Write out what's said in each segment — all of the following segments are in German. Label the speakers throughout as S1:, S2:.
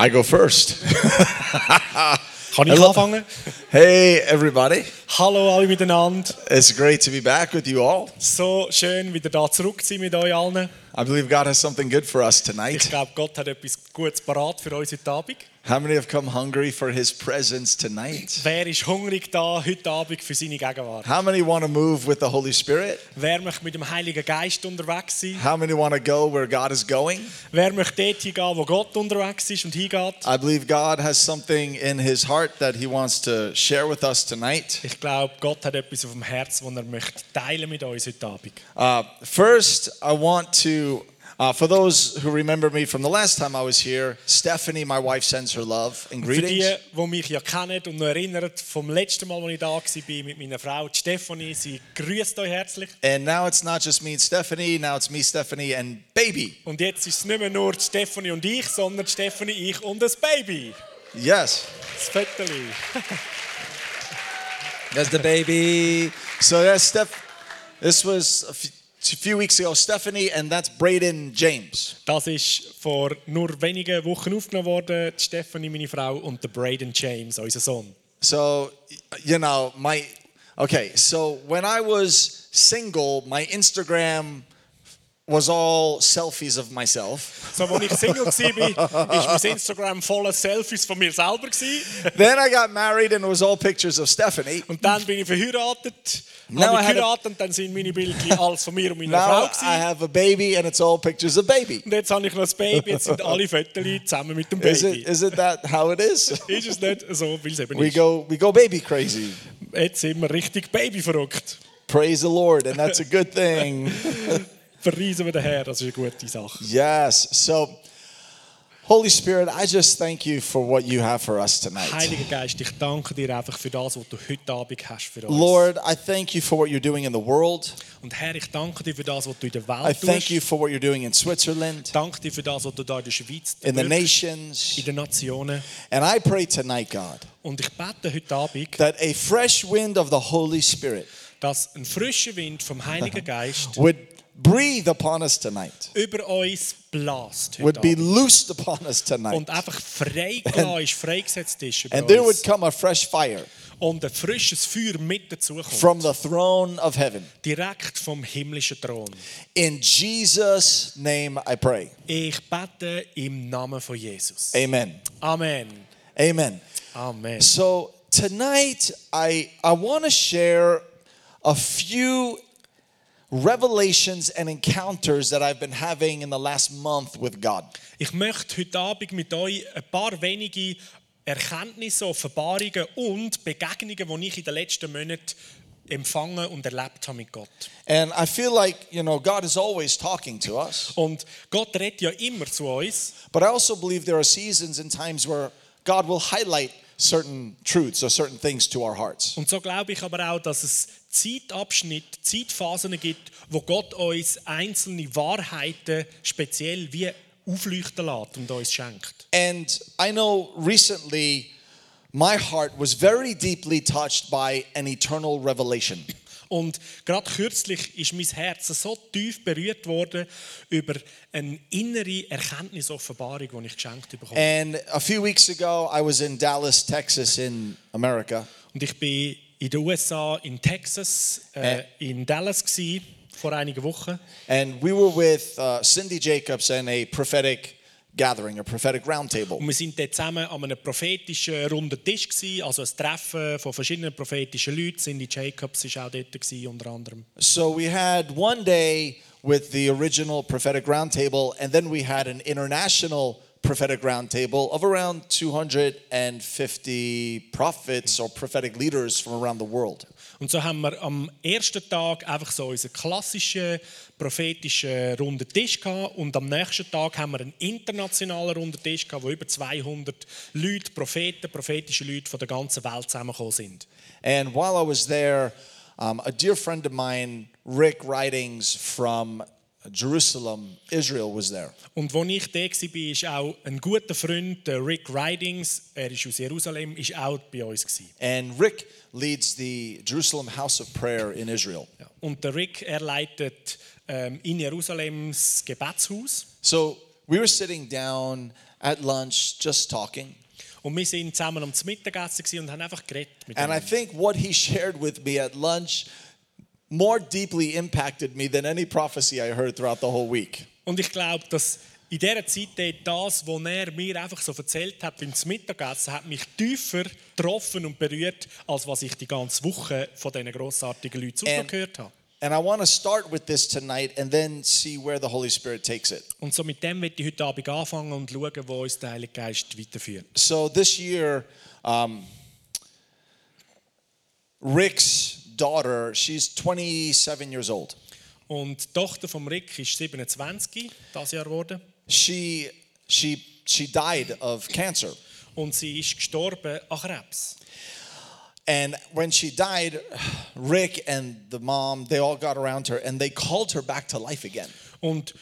S1: I go first.
S2: Kann ich
S1: Hallo.
S2: anfangen?
S1: hey, everybody.
S2: Hallo alle miteinander.
S1: It's great to be back with you all.
S2: So schön, wieder da zurück zu sein mit euch allen.
S1: I believe God has something good for us
S2: Ich
S1: tonight.
S2: glaube, Gott hat etwas Gutes parat für uns heute Abend.
S1: How many have come hungry for His presence tonight?
S2: Wer ist hungrig da heute Abend für seine Gegenwart?
S1: How many want to move with the Holy Spirit?
S2: Wer möchte mit dem Heiligen Geist unterwegs sein?
S1: How many want to go where God is going?
S2: Wer möchte dort hingehen, wo Gott unterwegs ist und hingeht?
S1: I believe God has something in His heart that He wants to share with us tonight.
S2: Ich glaube, Gott hat etwas auf dem Herz, das er möchte teilen mit uns heute Abend.
S1: Uh, first, I want to. Uh, for those who remember me from the last time I was here, Stephanie, my wife, sends her love and
S2: Für die,
S1: greetings.
S2: die mich ja kennen und noch erinnern, vom letzten Mal, als ich da war mit meiner Frau die Stefanie, sie grüßt euch herzlich.
S1: And now it's not just me and Stephanie, now it's me, Stephanie, and baby.
S2: Und jetzt ist es nicht mehr nur die Stefanie und ich, sondern die Stefanie, ich und das Baby.
S1: Yes.
S2: Das Vetteli.
S1: That's the baby. So that's Steph. This was a few, a few weeks ago, Stephanie, and that's Braden James.
S2: Das ist vor nur wenigen Wochen aufgenommen worden. Die Stefanie, meine Frau, und der Braden James, unser Sohn.
S1: So, you know, my. Okay, so when I was single, my Instagram was all selfies of myself.
S2: So, als ich Single war, war mein Instagram voller Selfies von mir selber. gewesen.
S1: Then I got married and it was all pictures of Stephanie.
S2: Und dann bin ich verheiratet,
S1: Now
S2: habe
S1: I
S2: ich
S1: had a-
S2: geheiratet und dann sind meine Bilder alles von mir und meiner Frau.
S1: Now I
S2: Gewesen.
S1: have a baby and it's all pictures of baby.
S2: Und jetzt habe ich noch das Baby, jetzt sind alle Vetteli zusammen mit dem
S1: Is it,
S2: Baby.
S1: is it that how it is?
S2: Ist es nicht so, weil es eben
S1: We
S2: ist.
S1: go we go baby crazy.
S2: Jetzt sind wir richtig babyverrückt.
S1: Praise the Lord, and that's a good thing.
S2: Verreisen wir den Herrn, das ist eine gute Sache.
S1: yes. So Holy Spirit, I just thank you for what you have for us tonight.
S2: Heiliger Geist, ich danke dir einfach für das, was du heute Abend hast für uns.
S1: Lord, I thank you for what you're doing in the world.
S2: Und Herr, ich danke dir für das, was du in der
S1: I
S2: Welt
S1: thank
S2: tust.
S1: you for what you're doing in Switzerland,
S2: Ich danke dir für das, was du da in der Schweiz
S1: in the
S2: bewirkst, in
S1: nations.
S2: den Nationen.
S1: And I pray tonight, God,
S2: Und ich bete heute Abend,
S1: that a fresh wind of the Holy Spirit
S2: dass ein frischer Wind vom Heiligen Geist
S1: would breathe upon us tonight,
S2: über uns blast heute
S1: would be
S2: Abend.
S1: loosed upon us tonight,
S2: Und einfach freigelassen ist, freigesetzt ist über
S1: and there would
S2: uns.
S1: come a fresh fire
S2: Und ein frisches Feuer mit dazukommt,
S1: from the throne of heaven.
S2: direkt vom himmlischen Thron.
S1: In Jesus' name I pray.
S2: Ich bete im Namen von Jesus.
S1: Amen.
S2: Amen.
S1: Amen.
S2: Amen.
S1: So tonight I I want to share a few revelations and encounters that I've been having in the last month with God.
S2: Ich möchte heute Abend mit euch ein paar wenige Erkenntnisse, Offenbarungen und Begegnungen, die ich in den letzten Monaten empfangen und erlebt habe mit Gott.
S1: And I feel like, you know, God is always talking to us,
S2: Und Gott redet ja immer zu uns,
S1: but I also believe there are seasons and times where God will highlight certain truths or certain things to our hearts.
S2: Und so glaube ich aber auch, dass es Zeitabschnitte, Zeitphasen gibt, wo Gott uns einzelne Wahrheiten speziell wie aufleuchten lässt und uns schenkt.
S1: And I know recently my heart was very deeply touched by an eternal revelation.
S2: Und gerade kürzlich ist mein Herz so tief berührt worden über eine innere Erkenntnisoffenbarung, die ich geschenkt bekommen habe.
S1: And a few weeks ago, I was in Dallas, Texas, in America.
S2: Und ich bin in den USA, in Texas, äh, in Dallas gsi vor einigen Wochen.
S1: And we were with uh, Cindy Jacobs in a prophetic gathering, a prophetic roundtable.
S2: Und wir sind dort zusammen an einem prophetischen runden Tisch gsi, also ein Treffen von verschiedenen prophetischen Leuten. Cindy Jacobs ist auch dort gsi, unter anderem.
S1: So we had one day with the original prophetic roundtable, and then we had an international prophetic roundtable of around 250 prophets or prophetic leaders from around the world.
S2: Und so haben wir am ersten Tag einfach so unseren klassischen prophetischen runden Tisch gehabt und am nächsten Tag haben wir einen internationalen runden Tisch gehabt, wo über 200 Leute, Propheten, prophetische Leute von der ganzen Welt zusammengekommen sind.
S1: And while I was there, um, a dear friend of mine, Rick Ridings from Jerusalem, Israel, was there.
S2: Und wo ich da war, ist auch ein guter Freund, der Rick Ridings, er ist aus Jerusalem, ist auch bei uns gewesen.
S1: And Rick leads the Jerusalem House of Prayer in Israel.
S2: Und der Rick, er leitet ähm, in Jerusalem das Gebetshaus.
S1: So We were sitting down at lunch just talking.
S2: Und wir sind zusammen am Mittagessen gewesen und haben einfach geredet mit
S1: And I
S2: ihm.
S1: think what he shared with me at lunch more deeply impacted me than any prophecy I heard throughout the whole week.
S2: Und ich glaube, dass in dieser Zeit dort das, was er mir einfach so erzählt hat beim Mittagessen, hat mich tiefer getroffen und berührt, als was ich die ganze Woche von diesen grossartigen Leuten sonst
S1: And-
S2: noch gehört habe.
S1: And I want to start with this tonight and then see where the Holy Spirit takes it.
S2: Und so mit dem möchte ich heute Abend anfangen und schauen, wo uns der Heilige Geist weiterführt.
S1: So this year, um, Rick's daughter, she's 27 years old.
S2: Und die Tochter von Rick ist 27 das Jahr geworden.
S1: She she she died of cancer,
S2: Und sie ist gestorben an Krebs.
S1: and when she died, Rick and the mom they all got around her and they called her back to life again.
S2: Und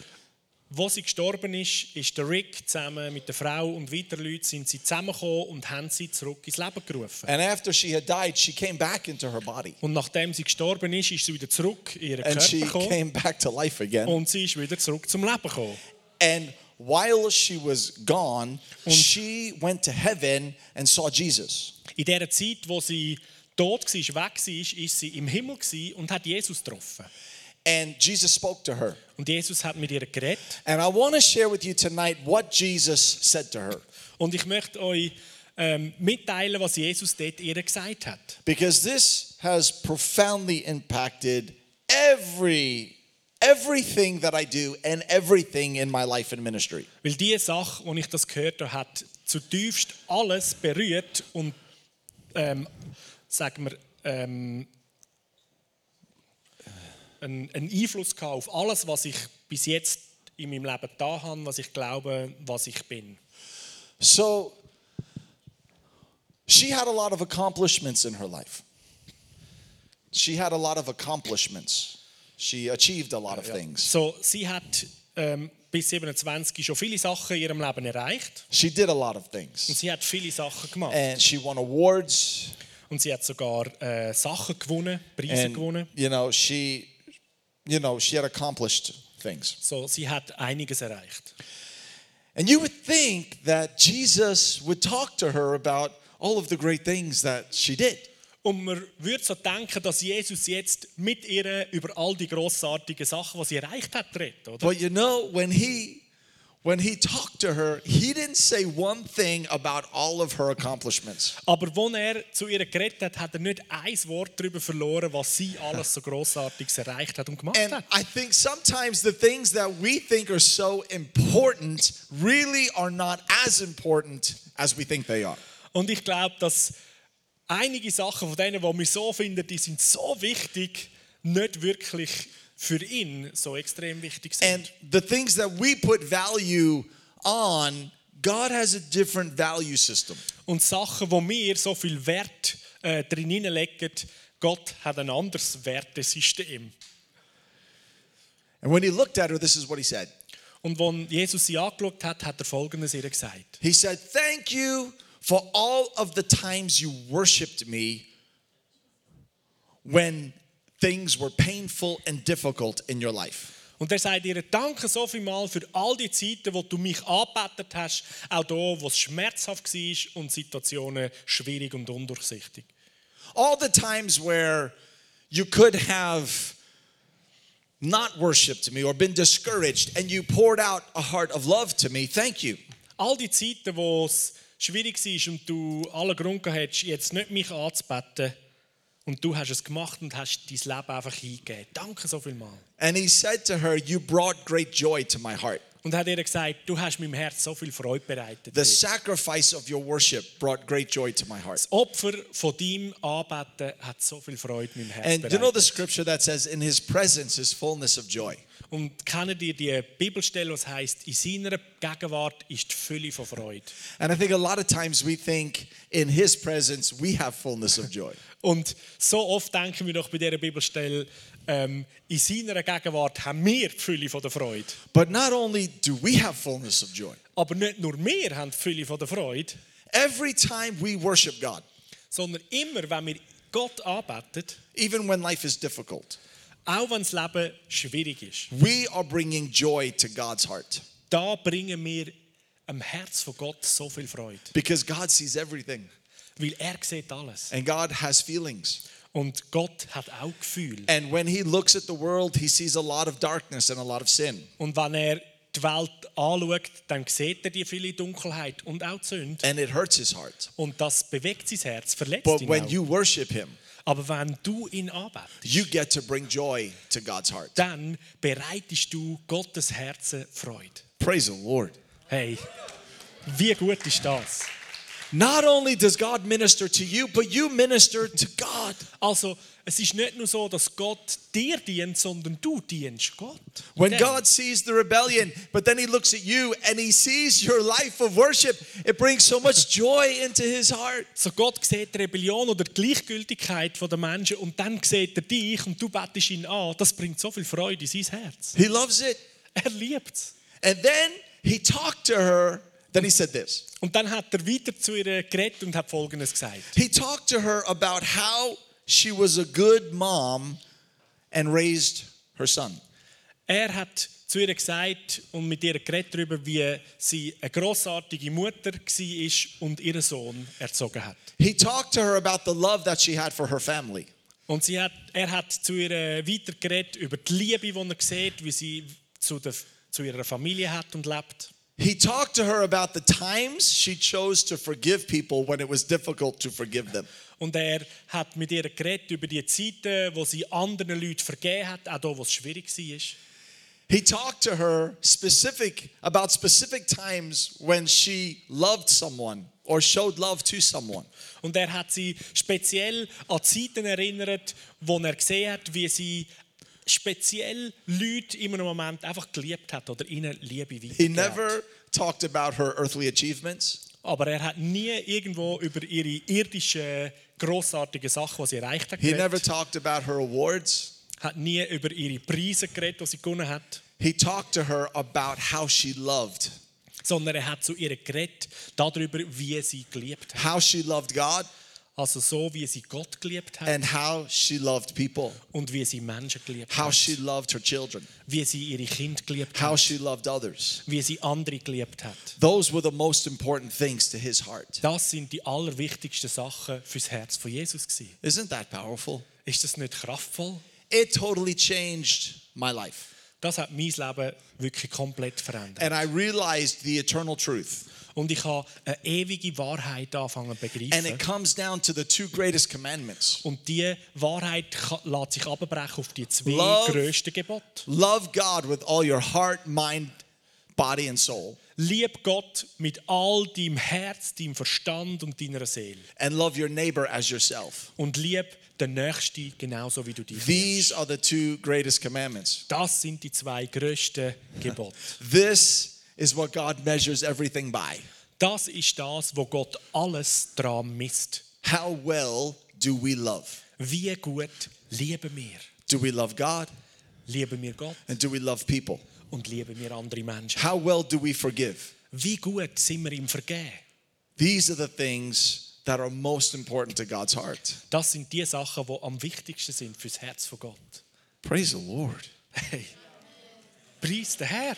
S2: wo sie gestorben ist, ist der Rick zusammen mit der Frau und weiteren Leuten sind sie zusammengekommen und haben sie zurück ins Leben gerufen.
S1: And after she had died, she came back into her body
S2: Und nachdem sie gestorben ist, ist sie wieder zurück in ihren
S1: and
S2: Körper
S1: she
S2: gekommen
S1: came back to life again.
S2: und sie ist wieder zurück zum Leben gekommen.
S1: And while she was gone, she went to heaven and saw Jesus.
S2: In der Zeit, wo sie tot war, weg war, ist sie im Himmel gewesen und hat Jesus getroffen.
S1: And Jesus spoke to her.
S2: Und Jesus hat mit ihr geredet.
S1: And I want to share with you tonight what Jesus said to her.
S2: Und ich möchte euch ähm, mitteilen, was Jesus dort ihr gesagt hat.
S1: Because this has profoundly impacted every everything that I do and everything in my life and ministry.
S2: Weil diese Sache, als ich das gehört habe, hat zutiefst alles berührt und, ähm, sagen wir, ähm, einen, einen Einfluss gehabt auf alles, was ich bis jetzt in meinem Leben da habe, was ich glaube, was ich bin.
S1: So she had a lot of accomplishments in her life. She had a lot of accomplishments. She achieved a lot of things.
S2: So, sie hat ähm, bis 27 schon viele Sachen in ihrem Leben erreicht.
S1: She did a lot of
S2: Und
S1: things.
S2: sie hat viele Sachen gemacht.
S1: And she won awards.
S2: Und sie hat sogar äh, Sachen gewonnen, Preise
S1: And
S2: gewonnen.
S1: you know, she you know, she had accomplished things.
S2: So, sie hat einiges erreicht.
S1: And you would think that Jesus would talk to her about all of the great things that she did.
S2: Und man würde so denken, dass Jesus jetzt mit ihr über all die grossartigen Sachen, die sie erreicht hat, redet, oder?
S1: But you know, when he when he talked to her, he didn't say one thing about all of her accomplishments.
S2: Aber als er zu ihr geredet hat, hat er nicht ein Wort darüber verloren, was sie alles so Grossartiges erreicht hat und gemacht
S1: And
S2: hat.
S1: I think sometimes the things that we think are so important really are not as important as we think they are.
S2: Und ich glaube, dass einige Sachen von denen, die wir so finden, die sind so wichtig, nicht wirklich für ihn so extrem wichtig sind.
S1: And the things that we put value on, God has a different value system.
S2: Und Sachen, wo wir so viel Wert äh, drin hineinlegen, Gott hat ein anderes Wertesystem.
S1: And when he looked at her, this is what he said.
S2: Und als Jesus sie angeschaut hat, hat er Folgendes ihr gesagt.
S1: He said, Thank you for all of the times you worshiped me when things were painful and difficult in your life.
S2: Und er sagt ihr, danke so viel mal für all die Zeiten, wo du mich angebetet hast, auch da, wo es schmerzhaft war und Situationen schwierig und undurchsichtig.
S1: All the times where you could have not worshiped me or been discouraged and you poured out a heart of love to me. Thank you.
S2: All die Zeiten, wo es schwierig war und du alle Grund gehabt hast, jetzt nicht mich anzubeten, und du hast es gemacht und hast dein Leben einfach hingegeben. Danke so viel mal.
S1: And he said to her, You brought great joy to my heart.
S2: Und hat ihr gesagt, du hast meinem Herz so viel Freude bereitet.
S1: The
S2: Das
S1: sacrifice of your worship brought great joy to my heart.
S2: Opfer von deinem Anbeten hat so viel Freude meinem Herz
S1: And you know the
S2: bereitet.
S1: scripture that says, In his presence is fullness of joy.
S2: Und kennt ihr die Bibelstelle, was heißt, in seiner Gegenwart ist die Fülle von Freude.
S1: And I think a lot of times we think in his presence we have fullness of joy.
S2: Und so oft denken wir doch bei dieser Bibelstelle, ähm, in seiner Gegenwart haben wir die Fülle von der Freude.
S1: But not only do we have fullness of joy,
S2: Aber nicht nur wir haben die Fülle von der Freude,
S1: every time we worship God,
S2: sondern immer, wenn wir Gott anbeten,
S1: even when life is difficult,
S2: auch wenn das Leben schwierig ist,
S1: we are bringing joy to God's heart.
S2: da bringen wir am Herz von Gott so viel Freude.
S1: because God sees everything
S2: Weil er sieht alles.
S1: and God has feelings.
S2: Und Gott hat auch Gefühl.
S1: And when He looks at the world, He sees a lot of darkness and a lot of sin.
S2: Und wenn er die Welt anschaut, dann sieht er die viele Dunkelheit und auch die Sünde.
S1: And it hurts His heart.
S2: Und das bewegt sein Herz, verletzt
S1: But
S2: ihn
S1: when
S2: auch.
S1: you worship Him,
S2: Aber wenn du ihn anbetest,
S1: you get to bring joy to God's heart.
S2: dann bereitest du Gottes Herzen Freude.
S1: Praise the Lord.
S2: Hey, wie gut ist das?
S1: Not only does God minister to you, but you minister to God.
S2: Also, es ist nicht nur so, dass Gott dir dient, sondern du dienst Gott.
S1: When
S2: Denn
S1: God sees the rebellion, but then He looks at you and He sees your life of worship, it brings so much joy into His heart.
S2: so Gott sieht die Rebellion oder die Gleichgültigkeit der Menschen und dann sieht er dich und du betest ihn an. Das bringt so viel Freude in sein Herz.
S1: He loves it.
S2: Er liebt es.
S1: And then He talked to her. Then He said this
S2: Und dann hat er weiter zu ihr geredet und hat Folgendes gesagt.
S1: He talked to her about how she was a good mom and raised her son.
S2: Er hat zu ihr gesagt und mit ihr geredet darüber, wie sie eine grossartige Mutter war und ihren Sohn erzogen hat.
S1: He talked to her about the love that she had for her family.
S2: Und sie hat, er hat zu ihr weiter geredet über die Liebe, die er sieht, wie sie zu, der, zu ihrer Familie hat und lebt.
S1: He talked to her about the times she chose to forgive people when it was difficult to forgive them.
S2: Und er hat mit ihr geredet über die Zeiten, wo sie anderen Leuten vergeben hat, auch da, wo es schwierig war.
S1: He talked to her specific about specific times when she loved someone or showed love to someone.
S2: Und er hat sie speziell an Zeiten erinnert, wo er gesehen hat, wie sie speziell Leute in einem Moment einfach geliebt hat oder ihnen Liebe
S1: He
S2: weitergegeben hat.
S1: never talked about her earthly achievements.
S2: Aber er hat nie irgendwo über ihre irdischen, grossartigen Sachen, die sie erreicht hat,
S1: He
S2: geredet.
S1: never talked about her awards.
S2: hat nie über ihre Preise geredet, die sie gewonnen hat,
S1: He talked to her about how she loved,
S2: sondern er hat zu ihr geredet darüber, wie sie geliebt hat.
S1: how she loved God
S2: Also so, wie sie Gott geliebt hat
S1: and how she loved people,
S2: und wie sie Menschen geliebt
S1: how
S2: hat,
S1: she loved her children,
S2: wie sie ihre Kinder geliebt
S1: how
S2: hat,
S1: she loved others.
S2: wie sie andere geliebt hat.
S1: Those were the most important things to his heart.
S2: Das sind die allerwichtigsten Sachen fürs Herz von Jesus gewesen.
S1: Isn't that powerful?
S2: Ist das nicht kraftvoll?
S1: It totally changed my life.
S2: Das hat mein Leben wirklich komplett verändert.
S1: and I realized the eternal truth.
S2: Und ich habe eine ewige Wahrheit anfangen zu
S1: And it
S2: begreifen.
S1: comes down to the two greatest commandments
S2: Und diese Wahrheit ka- lässt sich abbrechen auf die zwei
S1: Love-
S2: grössten Gebote.
S1: love God with all your heart, mind, body, and soul,
S2: Lieb Gott mit all deinem Herz, deinem Verstand und deiner Seele.
S1: and love your neighbor as yourself.
S2: Und lieb den Nächsten genauso wie du dich liebst.
S1: These are the two greatest commandments.
S2: Das sind die zwei grössten Gebote.
S1: This is what God measures everything by.
S2: Das ist das, wo Gott alles dran misst.
S1: How well do we love?
S2: Wie gut lieben wir?
S1: Do we love God
S2: Lieben wir Gott
S1: and do we love people?
S2: und lieben wir andere Menschen?
S1: How well do we forgive?
S2: Wie gut sind wir im Vergehen?
S1: These are the things that are most important to God's heart.
S2: Das sind die Sachen, die am wichtigsten sind fürs Herz von Gott.
S1: Praise the Lord.
S2: Hey, preis den Herr.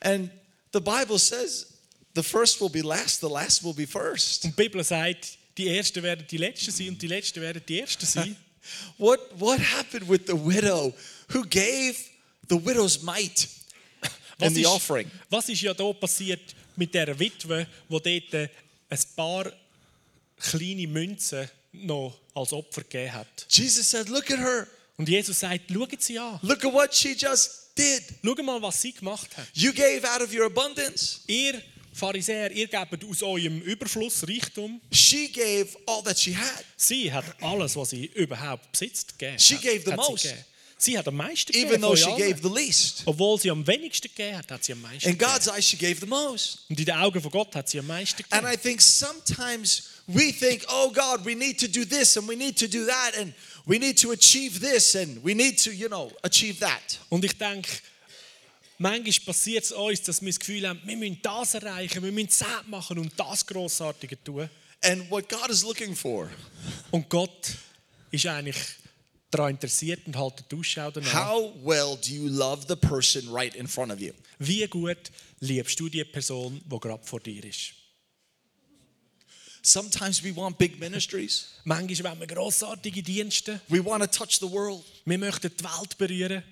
S1: And the Bible says the first will be last, the last will be first.
S2: Die Bibel sagt, die Ersten werden die Letzten sein und die Letzten werden die Ersten sein.
S1: What what happened with the widow who gave the widow's mite in the offering?
S2: was ist ja da passiert mit der Witwe, wo dort äh, ein paar kleine Münzen noch als Opfer gegeben hat?
S1: Jesus said, "Look at her.
S2: Und Jesus sagt, schaut sie an.
S1: Look at what she just did.
S2: Schaut mal, was sie gemacht hat.
S1: You gave out of your abundance.
S2: Ihr Pharisäer, ihr gebt aus eurem Überfluss Reichtum.
S1: She gave all that she had,
S2: Sie hat alles, was sie überhaupt besitzt, gegeben.
S1: She
S2: hat,
S1: gave the
S2: hat sie
S1: most.
S2: gegeben. Sie hat am meisten
S1: even
S2: gegeben.
S1: though
S2: von
S1: she
S2: allen.
S1: gave the least.
S2: Obwohl sie am wenigsten gegeben hat, hat sie am meisten
S1: In
S2: gegeben.
S1: God's eyes, she gave the most.
S2: Und in den Augen von Gott hat sie am meisten
S1: And
S2: gegeben.
S1: I think sometimes we think, "Oh God, we need to do this and we need to do that and we need to achieve this and we need to, you know, achieve that."
S2: Und ich denke, manchmal passiert es uns, dass wir das Gefühl haben, wir müssen das erreichen, wir müssen das machen und das Grossartige tun.
S1: And what God is looking for
S2: Und Gott ist eigentlich daran interessiert und haltet Ausschau danach.
S1: How well do you love the person right in front of you?
S2: Wie gut liebst du die Person, die gerade vor dir ist?
S1: Sometimes we want big ministries.
S2: Manchmal wollen wir grossartige Dienste.
S1: We want to touch the world.
S2: Wir möchten die Welt berühren.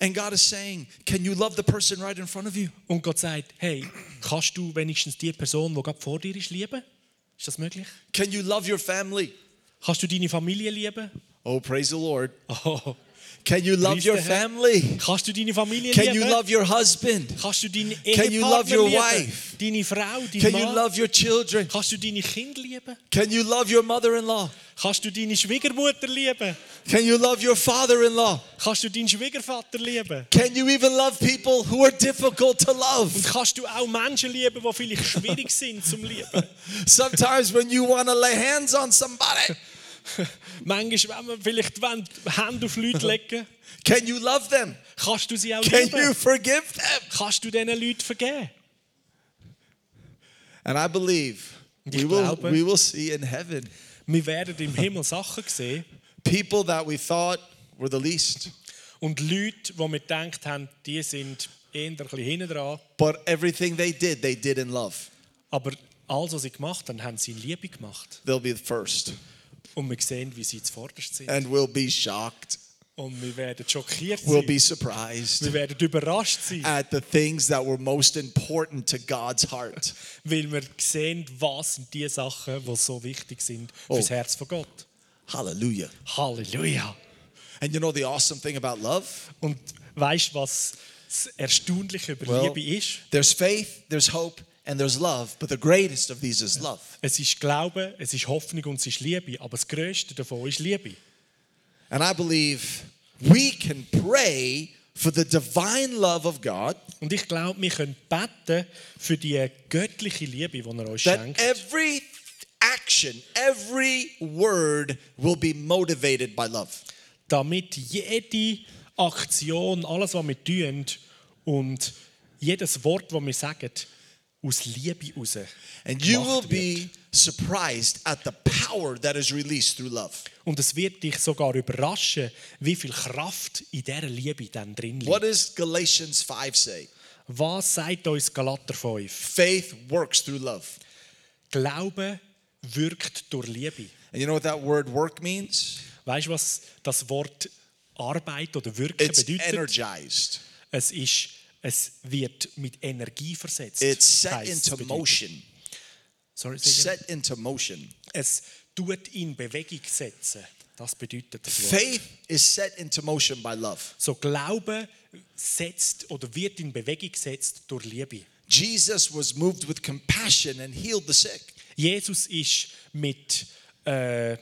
S1: And God is saying, Can you love the person right in front of you?
S2: Und Gott sagt, hey, kannst du wenigstens die Person, die gerade vor dir ist, lieben? Ist das möglich?
S1: Can you love your family?
S2: Kannst du deine Familie lieben?
S1: Oh, praise the Lord.
S2: Oh.
S1: Can you love
S2: Praise
S1: your
S2: the Herr.
S1: family?
S2: Kannst du deine Familie
S1: Can
S2: lieben?
S1: you love your husband?
S2: kannst du deinen
S1: Can you love
S2: Ehepartner
S1: your
S2: lieben?
S1: wife?
S2: Deine Frau, deinen
S1: Can you
S2: Mann?
S1: love your children?
S2: kannst du deine Kinder lieben?
S1: Can you love your mother in law?
S2: Kannst du deine Schwiegermutter lieben?
S1: Can you love your father in law?
S2: Kannst du deinen Schwiegervater lieben?
S1: Can you even love people who are difficult to
S2: Und
S1: love?
S2: kannst du auch Menschen lieben, die vielleicht schwierig sind zum Lieben?
S1: Sometimes when you want to lay hands on somebody,
S2: Manchmal, wenn man vielleicht wollen, Hände auf Leute legen,
S1: can you love them?
S2: kannst du sie auch
S1: Can
S2: lieben?
S1: you forgive them?
S2: Kannst du diesen Leuten vergeben?
S1: And I believe
S2: Und ich
S1: we will,
S2: glaube-
S1: we will see in heaven
S2: Wir werden im Himmel Sachen sehen
S1: people that we thought were the least,
S2: und Leute, die wir gedacht haben, die sind eher ein bisschen hinten dran.
S1: but everything they did, they did in love.
S2: Aber alles, was sie gemacht haben, haben sie in Liebe gemacht.
S1: They'll be the first.
S2: Und wir sehen, wie sie zuvorderst sind.
S1: And we'll be shocked,
S2: Und wir werden schockiert
S1: we'll be
S2: sein.
S1: surprised
S2: Wir werden überrascht sein,
S1: at the things that were most important to God's heart.
S2: weil wir sehen, was sind die Sachen, die so wichtig sind
S1: Oh.
S2: fürs Herz von Gott.
S1: Hallelujah.
S2: Halleluja!
S1: And you know the awesome thing about love?
S2: Und weißt du, was das Erstaunliche über
S1: Well-
S2: Liebe ist?
S1: There's faith, there's hope, and there's love, but the greatest of these is love.
S2: Es ist Glaube, es ist Hoffnung und es ist Liebe. Aber das Größte davon ist Liebe.
S1: And I believe we can pray for the divine love of God
S2: Und ich glaube, wir können beten für die göttliche Liebe, die er uns
S1: that
S2: schenkt.
S1: every action, every word will be motivated by love.
S2: Damit jede Aktion, alles, was wir tun und jedes Wort, das wir sagen, aus Liebe raus.
S1: And you will
S2: gemacht wird.
S1: be surprised at the power that is released through love.
S2: Und es wird dich sogar überraschen, wie viel Kraft in dieser Liebe dann drin
S1: What
S2: liegt.
S1: does Galatians 5 say?
S2: Was sagt uns Galater 5?
S1: Faith works through love.
S2: Glaube wirkt durch Liebe.
S1: And you know what that word work means?
S2: Weißt du, was das Wort Arbeit oder Wirken
S1: It's
S2: bedeutet?
S1: energized.
S2: Es, ist, es wird mit Energie versetzt.
S1: It's set
S2: heisst es
S1: into
S2: bedeutet.
S1: motion.
S2: Sorry, say again.
S1: Set into motion.
S2: es tut in Bewegung setzen. Das bedeutet das Wort.
S1: Faith is set into motion by love.
S2: So Glaube setzt oder wird in Bewegung gesetzt durch Liebe.
S1: Jesus was moved with compassion and healed the sick.
S2: Jesus ist mit äh,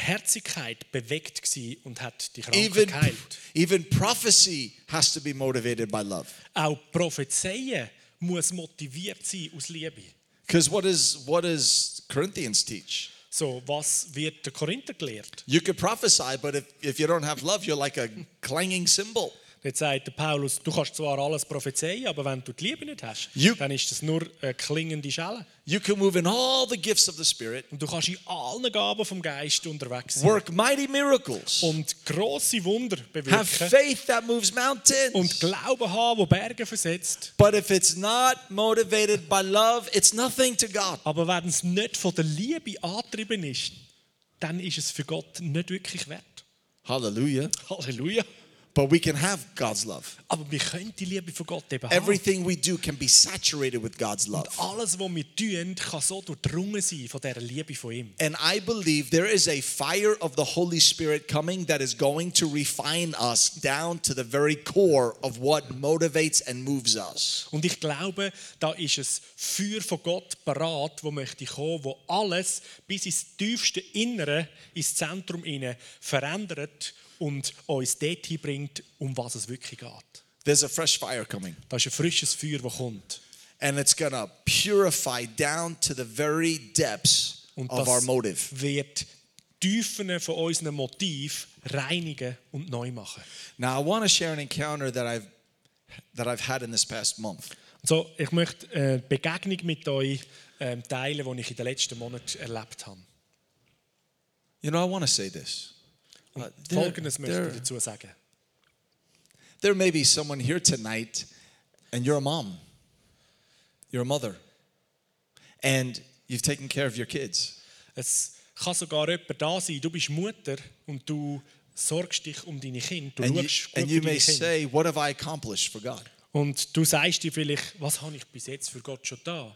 S2: Barmherzigkeit bewegt gewesen und hat die Kranken
S1: Even,
S2: geheilt.
S1: even prophecy has to be motivated by love.
S2: Auch Prophezeien muss motiviert sein aus Liebe.
S1: Because what is what does Corinthians teach?
S2: So, was wird der Korinther gelehrt?
S1: You could prophesy, but if, if you don't have love, you're like a clanging cymbal.
S2: Jetzt sagt der Paulus, du kannst zwar alles prophezeien, aber wenn du die Liebe nicht hast,
S1: You-
S2: dann ist das nur eine klingende Schelle.
S1: You can move in all the gifts of the Spirit,
S2: Und du kannst in allen Gaben vom Geist unterwegs sein
S1: work mighty miracles,
S2: und grosse Wunder
S1: have
S2: bewirken
S1: faith that moves
S2: und
S1: mountains.
S2: Glauben haben, wo Berge versetzt.
S1: But if it's not motivated by love, it's nothing to God.
S2: Aber wenn es nicht von der Liebe angetrieben ist, dann ist es für Gott nicht wirklich wert.
S1: Hallelujah.
S2: Halleluja.
S1: But we can have God's love.
S2: Aber wir können die Liebe von Gott eben haben.
S1: Everything we do can be saturated with God's love.
S2: Alles, was wir tun, kann so durchdrungen sein von dieser Liebe von ihm.
S1: And I believe there is a fire of the Holy Spirit coming that is going to refine us down to the very core of what motivates and moves us.
S2: Und ich glaube, da ist ein Feuer von Gott parat, wo möchte kommen, wo alles bis ins tiefste Innere, ins Zentrum inne verändert und uns dorthin bringt, um was es wirklich geht.
S1: There's a fresh fire coming,
S2: Da ist ein frisches Feuer, das kommt.
S1: and it's going to purify down to the very depths
S2: Und
S1: of our
S2: das
S1: motive.
S2: wird die Tiefen von unserem Motiv reinigen und neu machen.
S1: Now, I want to share an encounter that I've that I've had in this past month.
S2: So, ich möchte eine Begegnung mit euch ähm, teilen, die ich in den letzten Monaten erlebt habe.
S1: You know, I want to say this.
S2: Und
S1: Uh, there-
S2: Folgendes möchte
S1: there-
S2: ich dazu sagen.
S1: There may be someone here tonight, and you're a mom, you're a mother, and you've taken care of your kids.
S2: Es kann sogar jemand da sein, du bist Mutter und du sorgst dich um deine Kinder. Du
S1: And you,
S2: schaust gut
S1: and
S2: für
S1: you
S2: deine
S1: may
S2: Kinder.
S1: say, What have I accomplished for God?
S2: Und du sagst dir vielleicht, was habe ich bis jetzt für Gott schon da?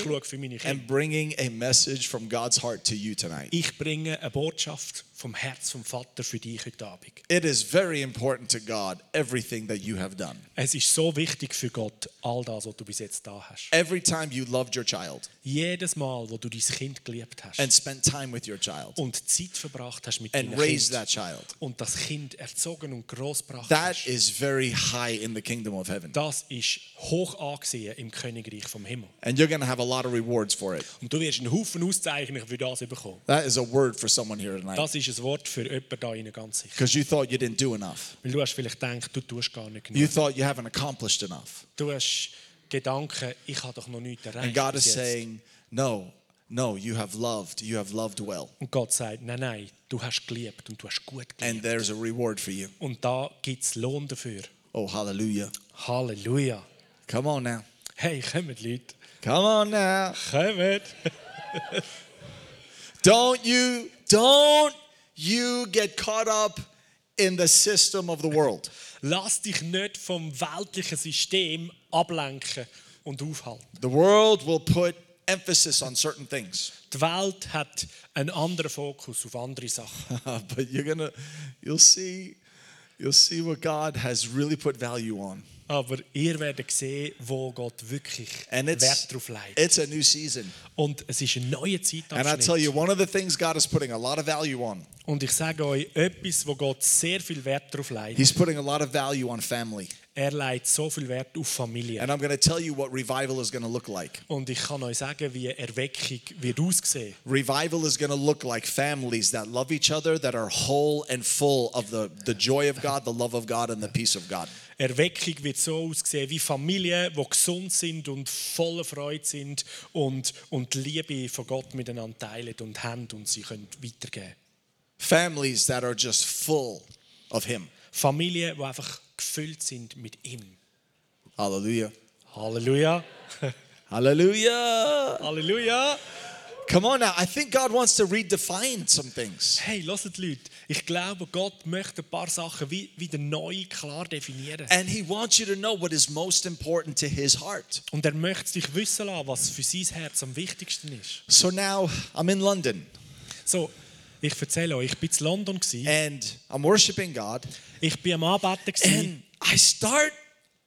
S1: I
S2: schaue für meine Kinder.
S1: am bringing a message from God's heart to you tonight.
S2: Ich bringe eine Botschaft vom Herz vom Vater für dich heute Abend.
S1: It is very important to God, everything that you have done.
S2: Es ist so wichtig für Gott, all das, was du bis jetzt da hast.
S1: Every time you loved your child
S2: Jedes Mal, wo du dein Kind geliebt hast
S1: and spent time with your child
S2: und Zeit verbracht hast mit
S1: and
S2: deinem
S1: raised
S2: Kind
S1: that child,
S2: und das Kind erzogen und großgebracht
S1: that
S2: hast,
S1: is very high in the kingdom of heaven.
S2: das ist hoch angesehen im Königreich vom Himmel.
S1: And you're going to have a lot of rewards for it.
S2: Und du wirst einen Haufen Auszeichnungen für das bekommen.
S1: That is a word for someone here tonight
S2: Das ist ein Wort für jemanden da innen ganz sicher.
S1: because you thought you didn't do enough.
S2: Weil du hast vielleicht gedacht, du tust gar nicht
S1: You
S2: genug.
S1: thought you haven't accomplished enough.
S2: Du hast Gedanken, ich habe doch noch nichts
S1: And
S2: erreicht.
S1: God
S2: bis
S1: is
S2: jetzt.
S1: saying, No, no, you have loved. You have loved well.
S2: Und Gott sagt, nein, nein, du hast geliebt und du hast gut
S1: And
S2: geliebt.
S1: there's a reward for you.
S2: Und da gibt es Lohn dafür.
S1: Oh, hallelujah.
S2: Halleluja.
S1: Come on now.
S2: Hey, kommt Leute.
S1: Come on now.
S2: Kommt.
S1: Don't you, don't you get caught up in the system of the world.
S2: Lass dich nicht vom weltlichen System ablenken und aufhalten.
S1: The world will put emphasis on certain things,
S2: Die Welt hat einen anderen Fokus auf andere Sachen.
S1: but you're gonna, you'll see, you'll see what God has really put value on.
S2: Aber ihr werdet sehen, wo Gott wirklich
S1: And it's,
S2: Wert drauf legt.
S1: it's a new season.
S2: Und es ist ein neuer
S1: And I tell
S2: Zeitabschnitt.
S1: you, one of the things God is putting a lot of value on,
S2: Und ich sage euch etwas, wo Gott sehr viel Wert drauf legt.
S1: He's putting a lot of value on family.
S2: Er legt so viel Wert auf Familie.
S1: And I'm gonna tell you what revival is gonna look like.
S2: Und ich kann euch sagen, wie Erweckung wird aussehen.
S1: Revival is going to look like families that love each other, that are whole and full of the, the joy of God, the love of God, and the peace of God.
S2: Erweckung wird so aussehen wie Familien, die gesund sind und voller Freude sind und, und die Liebe von Gott miteinander teilen und haben und sie können weitergeben.
S1: Families that are just full of Him.
S2: Familien, die einfach gefüllt sind mit ihm.
S1: Hallelujah.
S2: Halleluja.
S1: Hallelujah.
S2: Halleluja.
S1: Come on now. I think God wants to redefine some things.
S2: Hey, hört Leute, ich glaube, Gott möchte ein paar Sachen wie, wieder neu klar definieren.
S1: And He wants you to know what is most important to His heart.
S2: Und er möchte dich wissen lassen, was für sein Herz am wichtigsten ist.
S1: So now I'm in London
S2: So, ich erzähle euch, ich war in London,
S1: Äh.
S2: gewesen.
S1: and I'm worshiping God,
S2: ich war am Arbeiten. gewesen.
S1: and I start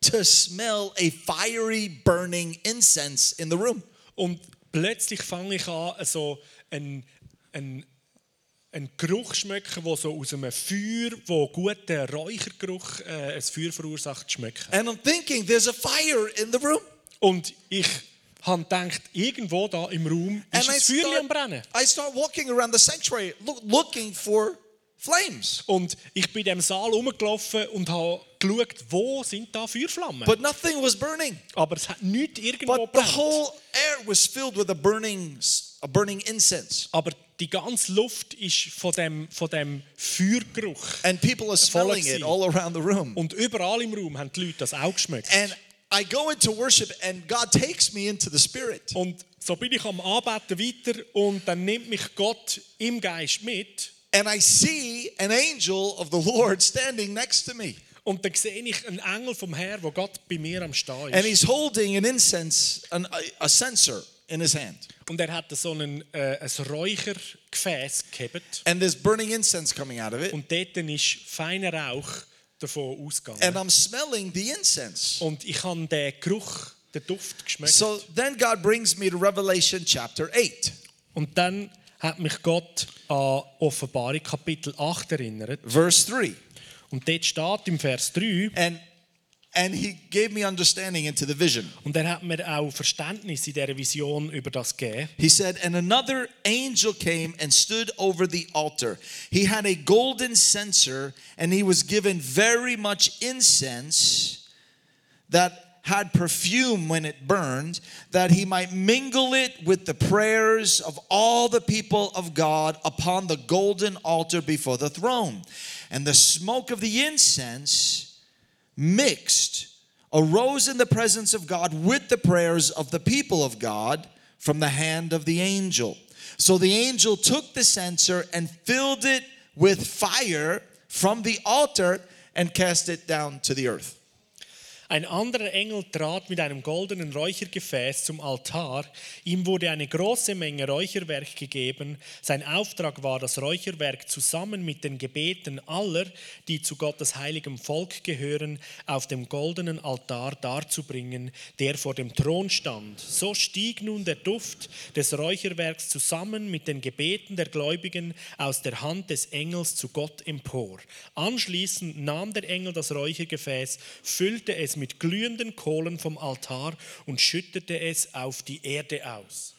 S1: to smell a fiery burning incense in the room.
S2: Und plötzlich fange ich an, so einen, einen, einen Geruch zu schmecken, der so aus einem Feuer, wo guten Räuchergeruch äh, ein Feuer verursacht, zu schmecken.
S1: And I'm thinking, there's a fire in the room.
S2: Und ich habe gedacht, irgendwo da im Raum
S1: And
S2: ist ein Feuerchen am Brennen.
S1: I start walking around the sanctuary loo- looking for flames,
S2: Und ich bin in diesem Saal rumgelaufen und habe geschaut, wo sind da Feuerflammen.
S1: but nothing was burning.
S2: Aber es hat nichts irgendwo
S1: But the
S2: brennt.
S1: whole air was filled with a burning, s- a burning incense,
S2: Aber die ganze Luft ist von dem, von dem Feuergeruch.
S1: and people are smelling it all around the room.
S2: Und überall im Raum haben die Leute das auch geschmeckt.
S1: And I go into worship, and God takes me into the spirit,
S2: Und so bin ich am Arbeiten weiter und dann nimmt mich Gott im Geist mit
S1: and I see an angel of the Lord standing next to me,
S2: und dann sehe ich einen Engel vom Herrn, wo Gott bei mir am Stehen
S1: and
S2: ist.
S1: he's holding an incense, an, a, a censer in his hand,
S2: Und er hat so einen, äh, ein Räuchergefäß gehabt
S1: and there's burning incense coming out of it.
S2: und dort ist feiner Rauch davon ausgegangen.
S1: and I'm smelling the incense.
S2: Und ich habe den Geruch, den Duft geschmeckt.
S1: So then God brings me to Revelation chapter 8,
S2: Und dann hat mich Gott an Offenbarung Kapitel 8 erinnert.
S1: verse 3.
S2: Und dort steht im Vers 3,
S1: And and he gave me understanding into the vision.
S2: und er hat mir auch Verständnis in dieser Vision über das gegeben.
S1: He said, And another angel came and stood over the altar. He had a golden censer, and he was given very much incense that had perfume when it burned, that he might mingle it with the prayers of all the people of God upon the golden altar before the throne. And the smoke of the incense mixed arose in the presence of God with the prayers of the people of God from the hand of the angel. So the angel took the censer and filled it with fire from the altar and cast it down to the earth.
S2: Ein anderer Engel trat mit einem goldenen Räuchergefäß zum Altar. Ihm wurde eine große Menge Räucherwerk gegeben. Sein Auftrag war, das Räucherwerk zusammen mit den Gebeten aller, die zu Gottes heiligem Volk gehören, auf dem goldenen Altar darzubringen, der vor dem Thron stand. So stieg nun der Duft des Räucherwerks zusammen mit den Gebeten der Gläubigen aus der Hand des Engels zu Gott empor. Anschließend nahm der Engel das Räuchergefäß, füllte es mit glühenden Kohlen vom Altar und schüttete es auf die Erde aus.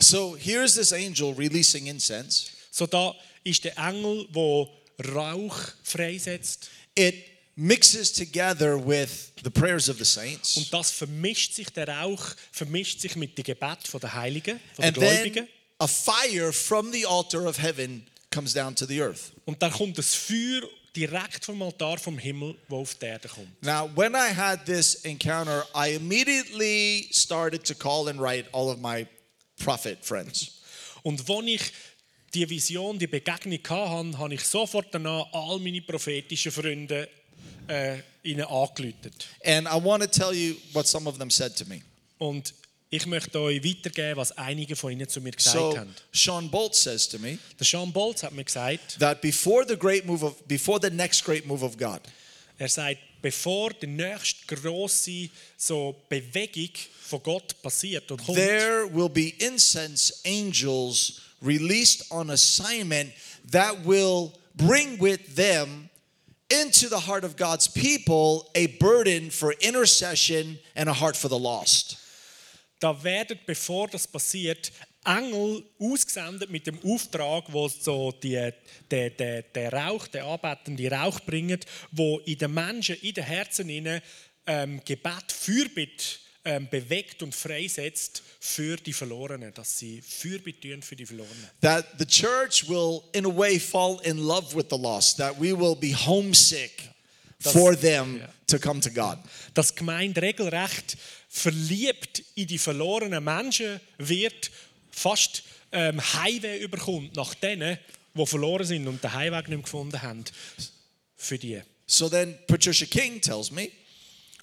S1: So here's this angel releasing incense.
S2: So da ist der Engel, wo Rauch freisetzt
S1: It mixes together with the prayers of the saints.
S2: und das vermischt sich der Rauch vermischt sich mit dem Gebet von der Heiligen, von der
S1: And
S2: Gläubigen
S1: then a fire from the altar of heaven comes down to the earth.
S2: und dann kommt das Feuer direkt vom Altar vom Himmel, wo auf die Erde kommt.
S1: Now, when I had this encounter, I immediately started to call and write all of my prophet friends.
S2: Und wenn ich die Vision, die Begegnung hatte, habe ich sofort danach all meine prophetischen Freunde äh, ihnen angelütet.
S1: And I want to tell you what some of them said to me.
S2: Und ich möchte euch weitergeben, was einige von ihnen zu mir gesagt
S1: So
S2: haben.
S1: Sean Bolt says to me
S2: Der Sean Bolz hat mir gesagt,
S1: that before the great move of before the next great move of God,
S2: er sagt, bevor die nächste grosse so Bewegung von Gott passiert und kommt,
S1: there will be incense angels released on assignment that will bring with them into the heart of God's people a burden for intercession and a heart for the lost.
S2: da werden, bevor das passiert, Engel ausgesendet mit dem Auftrag, wo so die, der, der, der Rauch, der anbetende Rauch bringt, wo in den Menschen, in den Herzen inne ähm, Gebet, Fürbitte ähm, bewegt und freisetzt für die Verlorenen, dass sie Fürbitte tun für die Verlorenen.
S1: That the church will, in a way, fall in love with the lost, that we will be homesick for them
S2: yeah.
S1: to come to God.
S2: dass die Gemeinde regelrecht verliebt in die verlorenen Menschen wird, fast ähm, Heimweh überkommt nach denen, die verloren sind und den Heimweg nicht mehr gefunden haben. Für die.
S1: So then Patricia King tells me,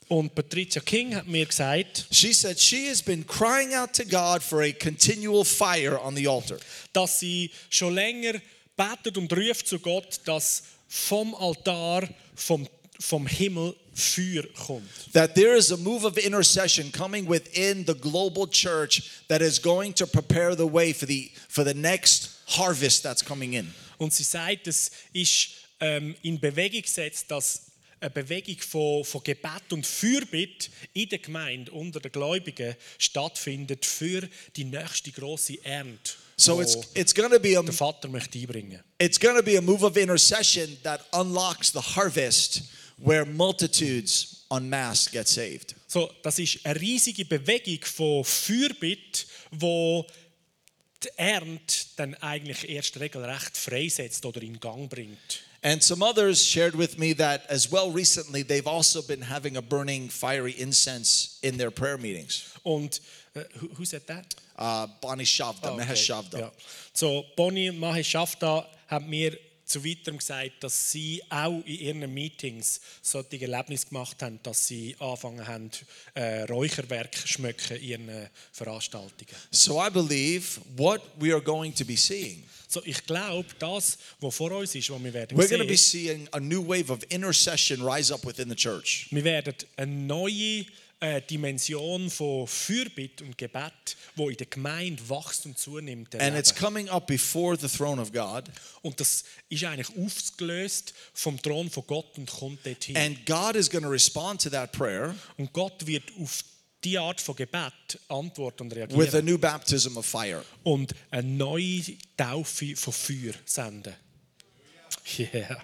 S2: Und Patricia King hat mir gesagt,
S1: she said she has been crying out to God for a continual fire on the altar.
S2: dass sie schon länger betet und ruft zu Gott, dass vom Altar, vom, vom Himmel Feuer kommt.
S1: That there is a move of intercession coming within the global church that is going to prepare the way for the for the next harvest that's coming in.
S2: Und sie sagt, es ist ähm, in Bewegung gesetzt, dass eine Bewegung von, von Gebet und Fürbitte in der Gemeinde unter den Gläubigen stattfindet für die nächste große Ernte,
S1: So
S2: die
S1: it's it's going to be a
S2: der Vater möchte einbringen.
S1: it's going to be a move of intercession that unlocks the harvest where multitudes en masse get saved.
S2: So, das ist eine riesige Bewegung von Fürbitte, wo die Ernte dann eigentlich erst regelrecht freisetzt oder in Gang bringt.
S1: And some others shared with me that as well recently they've also been having a burning fiery incense in their prayer meetings.
S2: Und äh, who, who said that?
S1: Uh, Bonnie Shavda,
S2: Oh,
S1: Mahesh Shavda.
S2: Ja. So, Bonnie und Mahesh Shavda haben mir zu weiterem gesagt, dass sie auch in ihren Meetings solche Erlebnisse gemacht haben, dass sie angefangen haben, äh, Räucherwerk schmücken in ihren Veranstaltungen.
S1: So I believe what we are going to be seeing,
S2: So, ich glaube, das, was vor uns ist, was wir werden
S1: we're going to be seeing
S2: sehen,
S1: a new wave of intercession rise up within the church.
S2: wir werden eine neue äh, Dimension von Fürbitte und Gebet, wo in der Gemeinde wächst und zunimmt.
S1: And it's
S2: erleben.
S1: coming up before the throne of God.
S2: Und das ist eigentlich aufgelöst vom Thron von Gott und kommt dorthin.
S1: And God is going to respond to that prayer
S2: Und Gott wird auf die Art von Gebet antworten und
S1: with a
S2: reagieren
S1: new baptism of fire.
S2: und eine neue Taufe von Feuer senden. Yeah.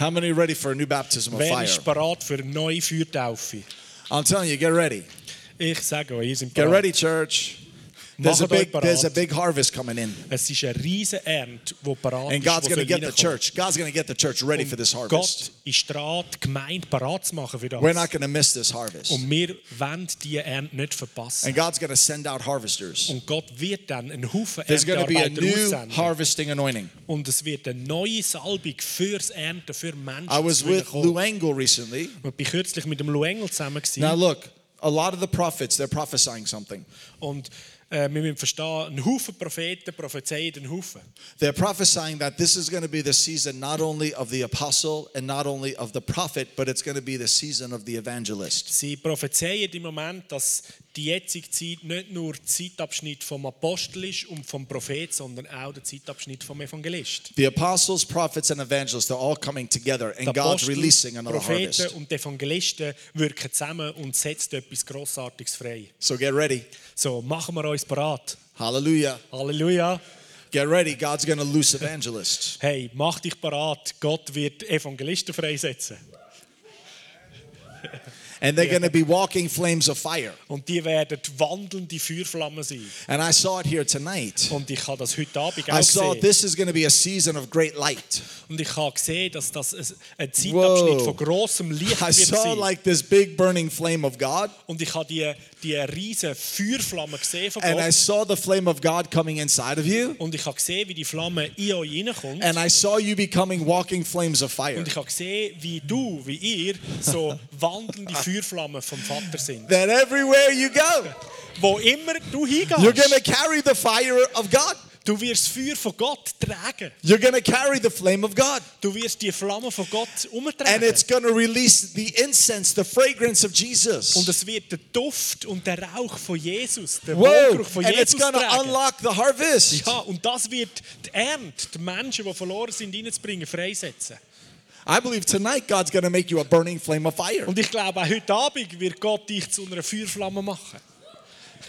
S1: How many are ready for a new baptism of
S2: Wer
S1: fire?
S2: ist bereit für eine neue Feuertaufe?
S1: I'm telling you, get ready.
S2: Ich sage euch, ihr seid
S1: Get
S2: bereit.
S1: ready, church. There's a
S2: Macht euch
S1: big, there's a
S2: bereit.
S1: big harvest coming in,
S2: Es ist eine riesige Ernte, die parat
S1: and
S2: ist,
S1: God's
S2: die
S1: going to get the
S2: soll reinkommen.
S1: church. God's going to get the church ready for this harvest.
S2: Und Gott ist dran, die Gemeinde parat zu machen für das.
S1: We're not going to miss this harvest,
S2: Und wir wollen diese Ernte nicht verpassen.
S1: and God's going to send out harvesters.
S2: Und Gott wird dann einen Haufen
S1: There's going to be a
S2: Erntearbeiter
S1: new
S2: aussenden.
S1: harvesting anointing.
S2: Und es wird eine neue Salbung fürs Ernten, für Menschen
S1: I was
S2: zu ihnen
S1: with
S2: kommen.
S1: Lou Engel recently.
S2: Ich war kürzlich mit dem Lou Engel zusammen. gewesen.
S1: Now look, a lot of the prophets they're prophesying something.
S2: Und äh, wir müssen verstehen, ein Haufen Propheten prophezeien einen Haufen.
S1: They're prophesying that this is going to be the season not only of the apostle and not only of the prophet, but it's going to be the season of the evangelist.
S2: Sie prophezeien im Moment, dass die jetzige Zeit nicht nur der Zeitabschnitt vom Apostel ist und vom Prophet, sondern auch der Zeitabschnitt vom Evangelist.
S1: The apostles, prophets, and evangelists are all coming together, and
S2: Die
S1: God's
S2: Apostel,
S1: releasing another
S2: Propheten
S1: harvest.
S2: und die Evangelisten wirken zusammen und setzen etwas Grossartiges frei.
S1: So get ready.
S2: So, machen wir uns bereit.
S1: Hallelujah.
S2: Halleluja.
S1: Get ready. God's going to loose evangelists.
S2: Hey, mach dich bereit. Gott wird Evangelisten freisetzen.
S1: And they're going to be walking flames of fire.
S2: Und die werden wandelnde Feuerflammen sein.
S1: And I saw it here tonight.
S2: Und ich habe das heute Abend
S1: I
S2: auch
S1: saw
S2: gesehen.
S1: this is going to be a season of great light.
S2: Und ich habe gesehen, dass das ein ein Zeitabschnitt
S1: Wow.
S2: von grossem Licht
S1: I
S2: wird
S1: saw
S2: sein.
S1: like this big burning flame of God,
S2: Und ich habe die, die riesen Feuerflammen gesehen von
S1: and I
S2: Gott.
S1: saw the flame of God coming inside of you,
S2: Und ich habe gesehen, wie die Flamme in euch hineinkommt.
S1: and I saw you becoming walking flames of fire.
S2: Und ich habe gesehen, wie du, wie ihr, so wandelnde Feuerflammen vom Vater sind.
S1: That everywhere you go,
S2: Wo immer du
S1: you're going to
S2: hingehst,
S1: carry the fire of God.
S2: du wirst das Feuer von Gott tragen.
S1: You're going to carry the flame of God,
S2: Du wirst die Flamme von Gott
S1: and
S2: umtragen.
S1: it's going to release the incense, the fragrance of
S2: Und
S1: Jesus.
S2: es wird der Duft und der Rauch von Jesus, der
S1: Whoa!
S2: Wohlgeruch von
S1: And it's
S2: Jesus
S1: going to
S2: tragen.
S1: unlock the harvest.
S2: Ja, und das wird die Ernte, die Menschen, die verloren sind, reinzubringen, freisetzen.
S1: I believe tonight God's going to make you a burning flame of fire.
S2: Und ich glaube, auch heute Abend wird Gott dich zu einer Feuerflamme machen.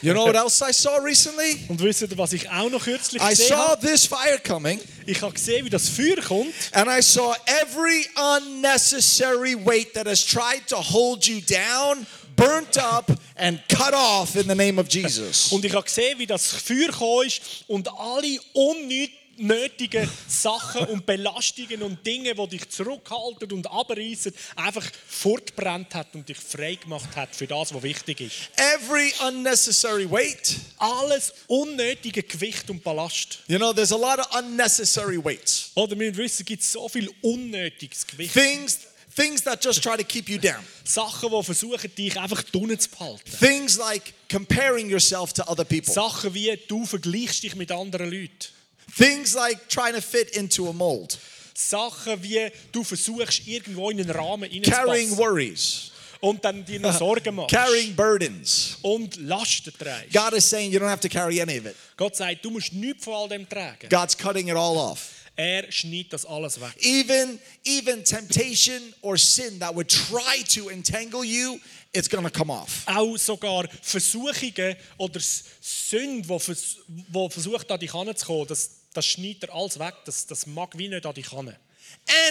S1: You know what else I saw recently?
S2: Und wisst ihr, was ich auch noch kürzlich
S1: I
S2: gesehen
S1: saw
S2: habe?
S1: this fire coming.
S2: Ich habe gesehen, wie das Feuer kommt.
S1: And I saw every unnecessary weight that has tried to hold you down, burnt up, and cut off in the name of Jesus.
S2: Und ich habe gesehen, wie das Feuer gekommen ist und alle unnötigen Sachen und Belastungen und Dinge, die dich zurückhalten und abreißen, einfach fortbrennt hat und dich frei gemacht hat für das, was wichtig ist.
S1: Every unnecessary weight.
S2: Alles unnötige Gewicht und Ballast.
S1: You know, there's a lot of unnecessary weights.
S2: Oder wir wissen, es gibt so viel unnötiges Gewicht.
S1: Things things that just try to keep you down.
S2: Sachen, die versuchen, dich einfach drinnen zu behalten.
S1: Things like comparing yourself to other people.
S2: Sachen wie, du vergleichst dich mit anderen Leuten.
S1: Things like trying to fit into a mold.
S2: Sachen wie, du versuchst, irgendwo in einen Rahmen
S1: Carrying
S2: reinzupassen.
S1: worries,
S2: Und dann dir noch Sorgen machst.
S1: carrying burdens.
S2: Und Lasten trägst.
S1: God is saying you don't have to carry any of it.
S2: Gott sagt, du musst nichts von all dem tragen.
S1: God's cutting it all off.
S2: Er schneidet das alles weg.
S1: even even temptation or sin that would try to entangle you it's going to come off
S2: Auch sogar Versuchungen oder S- Sünde, die vers wo versucht, an dich heranzukommen, das, das schneidet er alles weg. Das, das mag wie nicht an dich heran.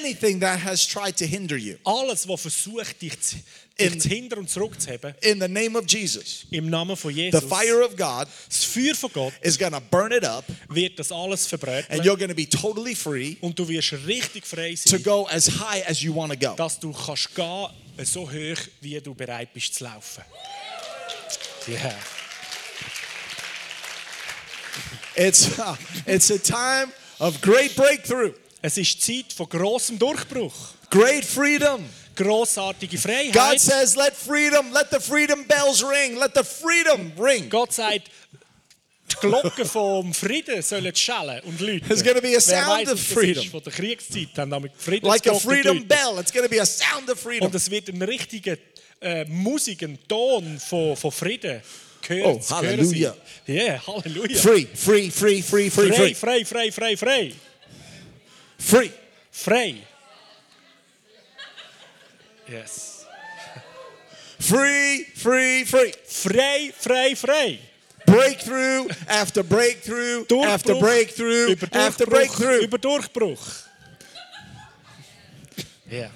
S1: anything that has tried to hinder you
S2: Alles, was versucht, dich zu,
S1: In-
S2: dich zu hindern und zurückzuheben,
S1: in the name of jesus
S2: im Namen von
S1: the
S2: Jesus.
S1: fire of god
S2: Das Feuer von Gott
S1: is going to burn it up
S2: wird das alles
S1: and
S2: verbrennen
S1: you're going to be totally free
S2: und du wirst richtig frei
S1: to
S2: sein,
S1: go as high as you want to go
S2: dass du kannst gehen so hoch, wie du bereit bist zu laufen. Yeah.
S1: it's it's a time of great breakthrough
S2: Es ist Zeit von großem Durchbruch,
S1: great freedom
S2: großartige Freiheit.
S1: god says let freedom let the freedom bells ring let the freedom ring
S2: Gott sagt, die Glocken vom Frieden sollen schellen und läuten.
S1: There's gonna be a
S2: Wer
S1: sound
S2: weiss,
S1: of
S2: was das
S1: freedom.
S2: Ist, von der Kriegszeit haben damit Frieden
S1: like a freedom bell it's going to be a sound of freedom
S2: Und es wird ein richtiger äh, Musik, ein Ton von, von Frieden. Gehört,
S1: Oh, Halleluja.
S2: gehört sie. Yeah, Halleluja.
S1: free free free free free
S2: frei,
S1: free
S2: frei, frei, frei, frei.
S1: free
S2: Frei. Yes.
S1: Free, free, free.
S2: Frei, frei, frei.
S1: Breakthrough after breakthrough
S2: Durchbruch
S1: after breakthrough
S2: über Durchbruch
S1: after breakthrough.
S2: über Durchbruch. Ja.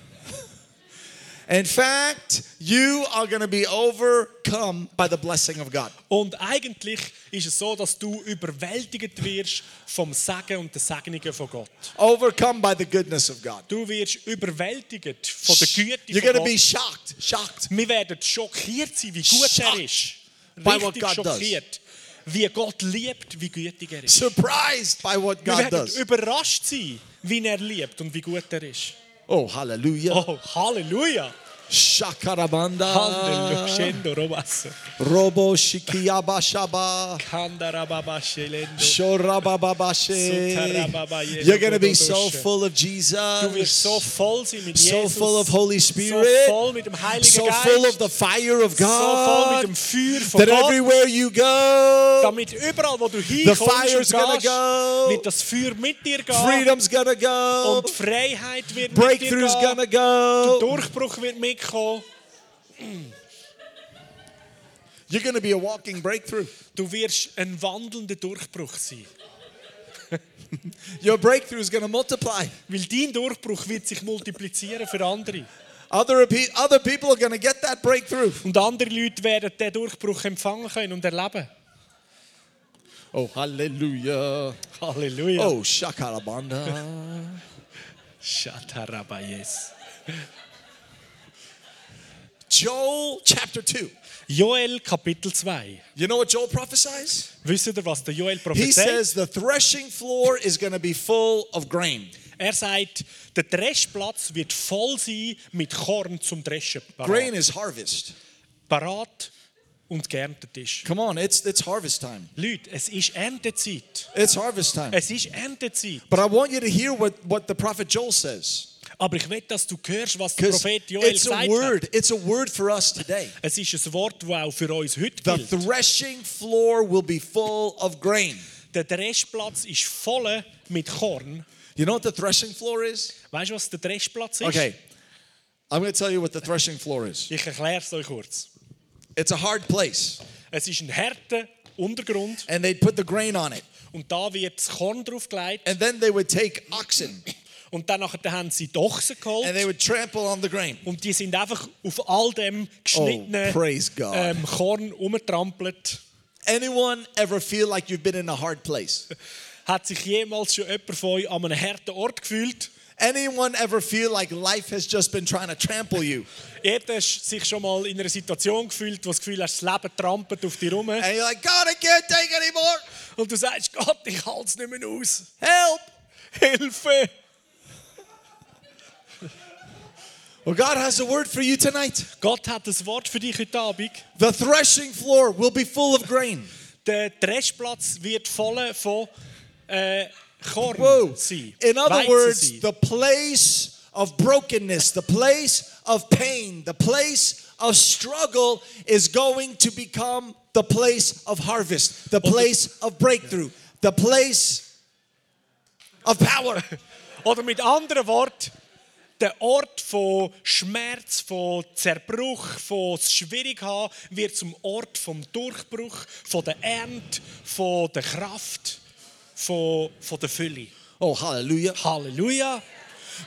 S1: In fact, you are going to be overcome by the blessing of God.
S2: Und eigentlich ist es so, dass du überwältigt wirst vom Segen und den Segnungen von Gott.
S1: Overcome by the goodness of God.
S2: Du wirst überwältigt von der Güte
S1: You're
S2: von
S1: going to be
S2: Gott.
S1: shocked, shocked.
S2: Wir werden schockiert sein, wie gut er
S1: Shocked
S2: ist.
S1: by what
S2: Richtig
S1: God does.
S2: schockiert. Wie Gott liebt, wie gütig er ist.
S1: Surprised by what
S2: Wir
S1: God
S2: werden
S1: does.
S2: überrascht sein, wie er liebt und wie gut er ist.
S1: Oh, hallelujah.
S2: Oh,
S1: Ah.
S2: Halleluja! Halleluja!
S1: Shakarabanda.
S2: Schendo Robassa.
S1: Robo shikiyabashaba.
S2: Kandarababa Schelendo.
S1: Shorabababashe. You're going to be so full of
S2: Du wirst
S1: Jesus.
S2: so voll sein mit
S1: So
S2: Jesus.
S1: full of Holy
S2: So
S1: Spirit.
S2: voll mit dem Heiligen
S1: So
S2: Geist.
S1: full of the fire of
S2: so voll mit
S1: God.
S2: dem Feuer von
S1: That
S2: Gott.
S1: everywhere you go,
S2: damit überall, wo du hinkommst
S1: fire's
S2: und
S1: gonna
S2: gehst,
S1: go.
S2: wird das Feuer mit dir gehen.
S1: freedom's gonna go.
S2: Und die Freiheit wird
S1: Breakthrough's
S2: mit dir
S1: gonna
S2: gehen.
S1: go.
S2: Durchbruch wird mitkommen.
S1: You're going to be a walking breakthrough.
S2: Du wirst ein wandelnder Durchbruch sein.
S1: Your breakthrough is going to multiply.
S2: Weil dein Durchbruch wird sich multiplizieren für andere.
S1: Other, pe- other people are going to get that breakthrough.
S2: Und andere Leute werden diesen Durchbruch empfangen können und erleben.
S1: Oh, hallelujah.
S2: Halleluja.
S1: Oh, shakarabanda.
S2: Shatarabayes.
S1: Joel chapter 2.
S2: Joel Kapitel 2.
S1: You know what Joel prophesies?
S2: Wisst ihr, was der Joel
S1: He
S2: prophezeit?
S1: says the threshing floor is going to be full of grain.
S2: Er sagt, der Dreschplatz wird voll sein mit Korn zum Dreschen.
S1: Grain
S2: Parat,
S1: is harvest.
S2: parat und geerntet ist.
S1: Come on, it's, it's harvest time.
S2: Leute, es ist Erntezeit.
S1: It's harvest time.
S2: Es ist Erntezeit.
S1: But I want you to hear what, what the prophet Joel says.
S2: Aber ich will, dass du hörst, was der
S1: Because
S2: Prophet Joel
S1: it's a
S2: sagt.
S1: word. It's a word for us today.
S2: Es ist ein Wort, das auch für uns heute
S1: The
S2: gilt.
S1: threshing floor will be full of grain.
S2: Der Dreschplatz ist voll mit Korn.
S1: You know what the threshing floor is?
S2: Weißt du, was der Dreschplatz ist?
S1: Okay. I'm going to tell you what the threshing floor is.
S2: Ich erkläre es euch kurz.
S1: It's a hard place,
S2: Es ist ein härter Untergrund
S1: and they'd put the grain on it.
S2: und da wird das Korn draufgelegt.
S1: And then they would take oxen
S2: Und dann nachher haben sie die Ochsen
S1: and they
S2: geholt
S1: would trample on the grain.
S2: und die sind einfach auf all dem
S1: Oh,
S2: geschnittenen
S1: praise God.
S2: ähm, Korn rumgetrampelt.
S1: Anyone ever feel like you've been in a hard place?
S2: Hat sich jemals schon jemand von euch an einem harten Ort gefühlt?
S1: Anyone ever feel like life has just been trying to trample you?
S2: Jeder hast sich schon mal in einer Situation gefühlt, wo das Gefühl hast, das Leben trampelt auf dich rum.
S1: And you're like, God, I can't take anymore.
S2: Und du sagst, Gott, ich halte es nicht mehr aus.
S1: Help.
S2: Hilfe!
S1: Well, God has a word for you tonight.
S2: Gott hat ein Wort für dich heute Abend.
S1: The threshing floor will be full of grain.
S2: Der Dreschplatz wird voll von äh, Korn
S1: Whoa.
S2: sein.
S1: In other
S2: Weizen
S1: words,
S2: sein.
S1: the place of brokenness, the place of pain, the place of struggle is going to become the place of harvest, the place of breakthrough, the place of power.
S2: Oder mit anderen Worten, der Ort von Schmerz, von Zerbruch, von Schwierighaben wird zum Ort vom Durchbruch, von der Ernte, von der Kraft, von, von der Fülle.
S1: Oh, hallelujah.
S2: Halleluja!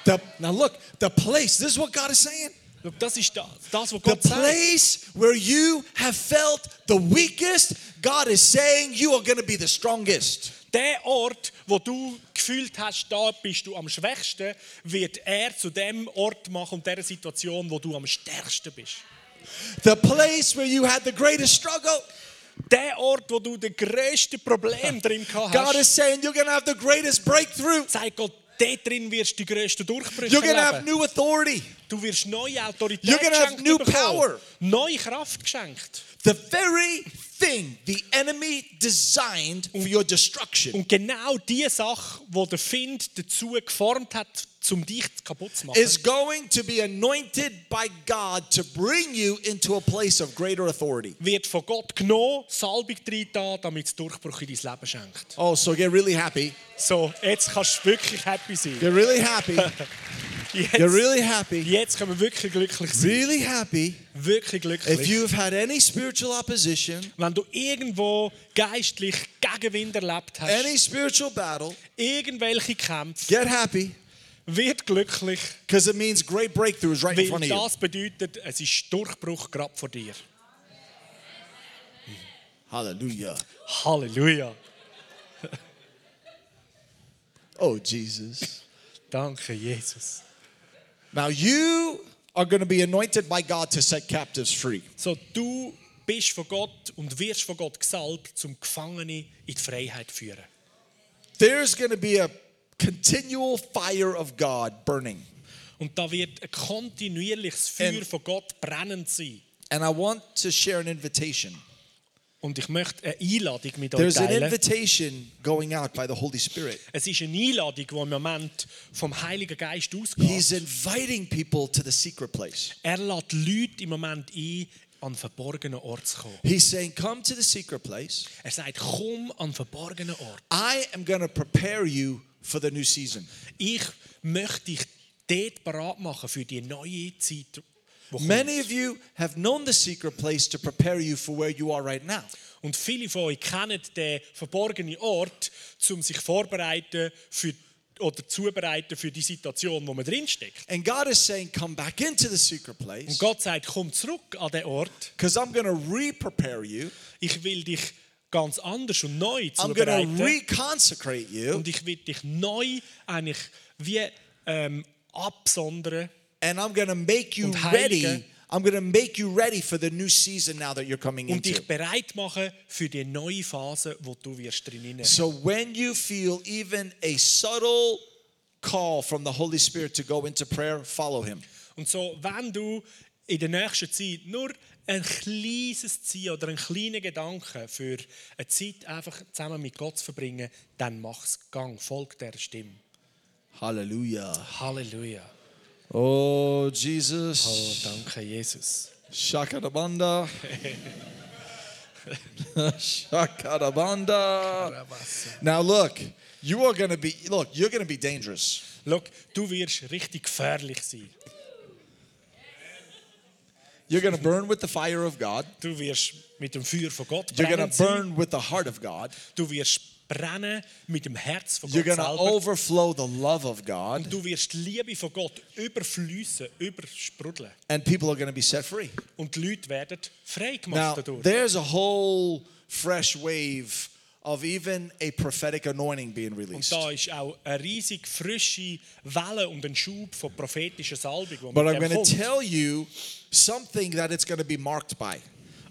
S1: The- now look, the place, this is what God is saying.
S2: Schau, Das ist das, das was
S1: The
S2: Gott sagt.
S1: place where you have felt the weakest, God is saying you are going to be the strongest.
S2: Der Ort, wo du gefühlt hast, da bist du am schwächsten, wird er zu dem Ort machen und der Situation, wo du am stärksten bist.
S1: The place where you had the greatest struggle,
S2: Der Ort, wo du das grösste Problem drin gehabt
S1: God
S2: hast.
S1: is saying you're going to have the greatest breakthrough.
S2: Sagt Gott, dort drin wirst du die grössten Durchbrüche
S1: You're going to have
S2: erleben.
S1: new authority.
S2: Du wirst neue Autorität
S1: You're gonna have
S2: geschenkt
S1: new
S2: bekommen.
S1: power.
S2: Neue Kraft geschenkt.
S1: The very thing the enemy designed for your destruction
S2: Und genau die Sache, die der Find dazu geformt hat, um dich kaputt zu machen,
S1: is going to be anointed by God to bring you into a place of greater authority.
S2: wird von Gott genommen, Salbung reingetan, damit es Durchbruch in dein Leben schenkt.
S1: Oh, so get really happy.
S2: So, jetzt kannst du wirklich happy sein.
S1: Get really happy.
S2: Jetzt,
S1: Get really happy.
S2: jetzt können wir wirklich glücklich sein.
S1: Really happy.
S2: Wirklich
S1: If
S2: glücklich.
S1: you've had any spiritual opposition,
S2: Wenn du irgendwo geistlich Gegenwind erlebt hast,
S1: any spiritual battle,
S2: irgendwelche Kämpfe,
S1: get happy.
S2: Wird glücklich,
S1: because it means great breakthroughs right in front
S2: weil
S1: of you.
S2: das bedeutet, es ist Durchbruch gerade vor dir.
S1: Hallelujah.
S2: Halleluja.
S1: Oh, Jesus.
S2: Danke, Jesus.
S1: Now you are going to be anointed by God to set captives free.
S2: So, du bist von Gott und wirst von Gott gesalbt, zum Gefangene in die Freiheit zu führen.
S1: There's going to be a continual fire of God burning.
S2: Und da wird ein kontinuierliches Feuer
S1: Ähm.
S2: von Gott brennend sein.
S1: And I want to share an invitation.
S2: Und ich möchte eine Einladung mit euch
S1: There's an
S2: teilen.
S1: invitation going out by the Holy Spirit.
S2: Es ist eine Einladung, die im Moment vom Heiligen Geist
S1: He's
S2: ausgeht.
S1: inviting people to the secret place.
S2: Er lädt Leute im Moment ein, an verborgenen Ort zu kommen.
S1: He's saying, Come to the secret place.
S2: Er sagt, komm an verborgenen Ort.
S1: I am going to prepare you for the new season.
S2: Ich möchte dich dort bereit machen für die neue Zeit. die
S1: Many of you have known the secret place to prepare you for where you are right now.
S2: kommt. Und viele von euch kennen den verborgenen Ort, um sich vorbereiten für, oder zubereiten für die Situation, wo man drinsteckt.
S1: And God is saying, Come back into the secret
S2: Und
S1: place
S2: Gott sagt, komm zurück an den Ort.
S1: because I'm going to re prepare you.
S2: Ich will dich ganz anders und neu
S1: I'm going
S2: zubereiten.
S1: to reconsecrate you.
S2: Und ich will dich neu eigentlich wie ähm, absondern.
S1: And I'm going to make you
S2: Und heiligen.
S1: ready. I'm going to make you ready for the new season now that you're coming
S2: Und
S1: into.
S2: dich bereit machen für die neue Phase, wo du wirst drin sein.
S1: So when you feel even a subtle call from the Holy Spirit to go into prayer, follow him.
S2: Und so, wenn du in der nächsten Zeit nur ein kleines Ziel oder einen kleinen Gedanken für eine Zeit einfach zusammen mit Gott zu verbringen, dann mach's Gang, folg der Stimme.
S1: Hallelujah.
S2: Halleluja.
S1: Oh,
S2: Oh,
S1: Jesus.
S2: danke, Jesus.
S1: Shakarabanda. Shakarabanda. Now look, you are going to be look, you're going to be dangerous.
S2: Schau, du wirst richtig gefährlich sein.
S1: You're going to burn with the fire of God.
S2: Du wirst mit dem Feuer von Gott
S1: You're going
S2: brennen
S1: to
S2: sein.
S1: burn with the heart of God.
S2: Du wirst brennen mit dem Herz von
S1: You're
S2: Gott
S1: going to
S2: selber.
S1: overflow the love of God
S2: Du wirst die Liebe von Gott überfließen, übersprudeln.
S1: and people are going to be set free.
S2: Und die Leute werden frei
S1: Now,
S2: gemacht dadurch.
S1: there's a whole fresh wave of even a prophetic anointing being
S2: Und
S1: released.
S2: da ist auch eine riesig frische Welle und ein Schub von prophetischer Salbung,
S1: But
S2: die
S1: I'm
S2: mit dem
S1: going to
S2: kommt.
S1: tell you something that it's going to be marked by.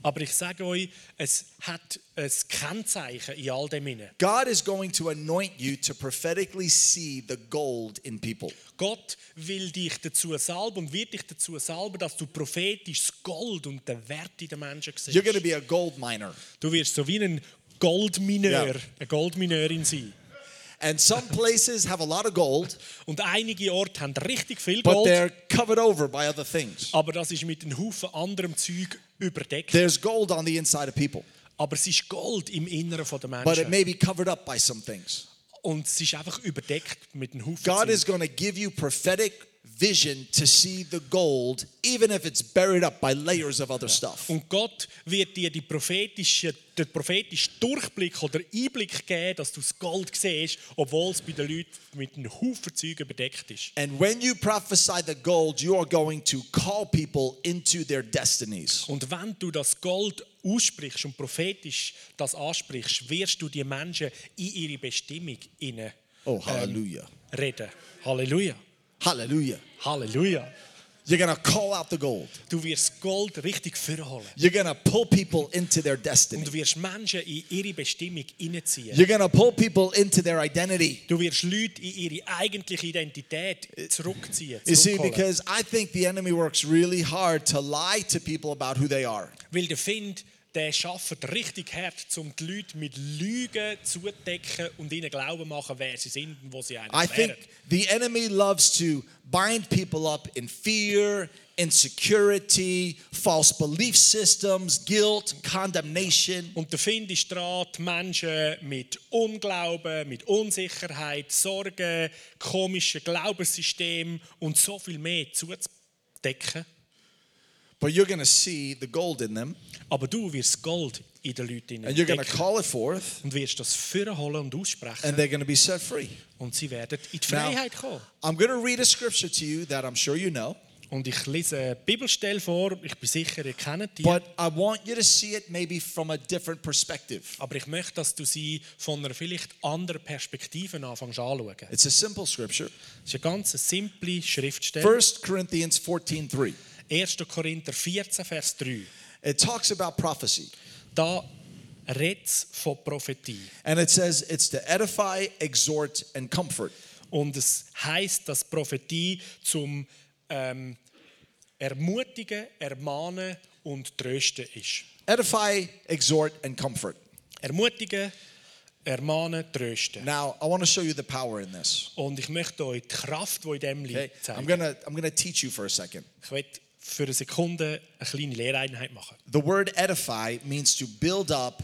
S2: Aber ich sage euch, es hat ein Kennzeichen in all dem inne.
S1: God is going to anoint you to prophetically see the gold in people.
S2: Gott will dich dazu salben und wird dich dazu salben, dass du prophetisch das Gold und den Wert in den Menschen siehst.
S1: You're going to be a gold miner.
S2: Du wirst so wie ein Goldmineur,
S1: Ja.
S2: eine Goldmineurin sein.
S1: And some places have a lot of gold,
S2: Und einige Orte haben richtig viel
S1: but
S2: Gold,
S1: they're covered over by other things.
S2: aber das ist mit einem Haufen anderem Zeug überdeckt.
S1: There's gold on the inside of people,
S2: Aber es ist Gold im Inneren der
S1: but it
S2: Menschen.
S1: may be covered up by some things.
S2: Und es ist einfach überdeckt mit einem Haufen
S1: God
S2: Zeug.
S1: is going to give you prophetic vision to see the gold, even if it's buried up by layers of other stuff.
S2: Und Gott wird dir die prophetische, den prophetischen Durchblick oder Einblick geben, dass du das Gold siehst, obwohl es bei den Leuten mit einem Haufen Zeug überdeckt ist.
S1: And when you prophesy the gold, you are going to call people into their destinies.
S2: Und wenn du das Gold aussprichst und prophetisch das ansprichst, wirst du die Menschen in ihre Bestimmung hinein
S1: Oh, hallelujah.
S2: reden. Halleluja.
S1: Hallelujah.
S2: Halleluja.
S1: You're going to call out the gold.
S2: Du wirst Gold richtig vorholen.
S1: You're going to pull people into their
S2: Und
S1: destiny.
S2: du wirst Menschen in ihre Bestimmung hineinziehen.
S1: You're going to pull people into their identity.
S2: Du wirst Leute in ihre eigentliche Identität zurückziehen.
S1: You see,
S2: zurückholen.
S1: because I think the enemy works really hard to lie to people about who they are.
S2: Weil der Find, der arbeitet richtig hart, um die Leute mit Lügen zuzudecken und ihnen glauben machen, wer sie sind und wo sie
S1: I
S2: eigentlich wären.
S1: think the enemy loves to bind people up in fear, insecurity, false belief systems, guilt, condemnation.
S2: Und der Find ist dran, die Menschen mit Unglauben, mit Unsicherheit, Sorgen, komischen Glaubenssystemen und so viel mehr zuzudecken.
S1: But you're going to see the gold in them
S2: Aber du wirst Gold in den Leuten
S1: And you're going
S2: entdecken.
S1: to call it forth,
S2: Und wirst das vorholen
S1: and
S2: und aussprechen.
S1: they're going to be set free.
S2: Und sie werden in die
S1: Now-
S2: Freiheit kommen.
S1: I'm going to read a scripture to you that I'm sure you know,
S2: Und ich lese eine Bibelstelle vor. Ich bin sicher, ihr kennt die.
S1: but I want you to see it maybe from a different perspective.
S2: Aber ich möchte, dass du sie von einer vielleicht anderen Perspektive anfängst anzuschauen. Es
S1: It's a simple scripture.
S2: ist eine ganz simple Schriftstelle.
S1: 1 Corinthians 14:3.
S2: 1. Korinther 14, Vers 3.
S1: It talks about prophecy,
S2: Da redet es von Prophetie.
S1: and it says it's to edify, exhort, and comfort.
S2: Und es heißt, dass Prophetie zum ähm, Ermutigen, Ermahnen und Trösten ist.
S1: Edify, exhort, and comfort.
S2: Ermutigen, Ermahnen, Trösten.
S1: Now, I want to show you the power in this.
S2: Und ich möchte euch die Kraft, die in dem
S1: Okay?
S2: liegt,
S1: I'm
S2: zeigen.
S1: going to I'm going to teach you for a second.
S2: Ich werde für eine Sekunde eine kleine Lehreinheit machen.
S1: The word edify means to build up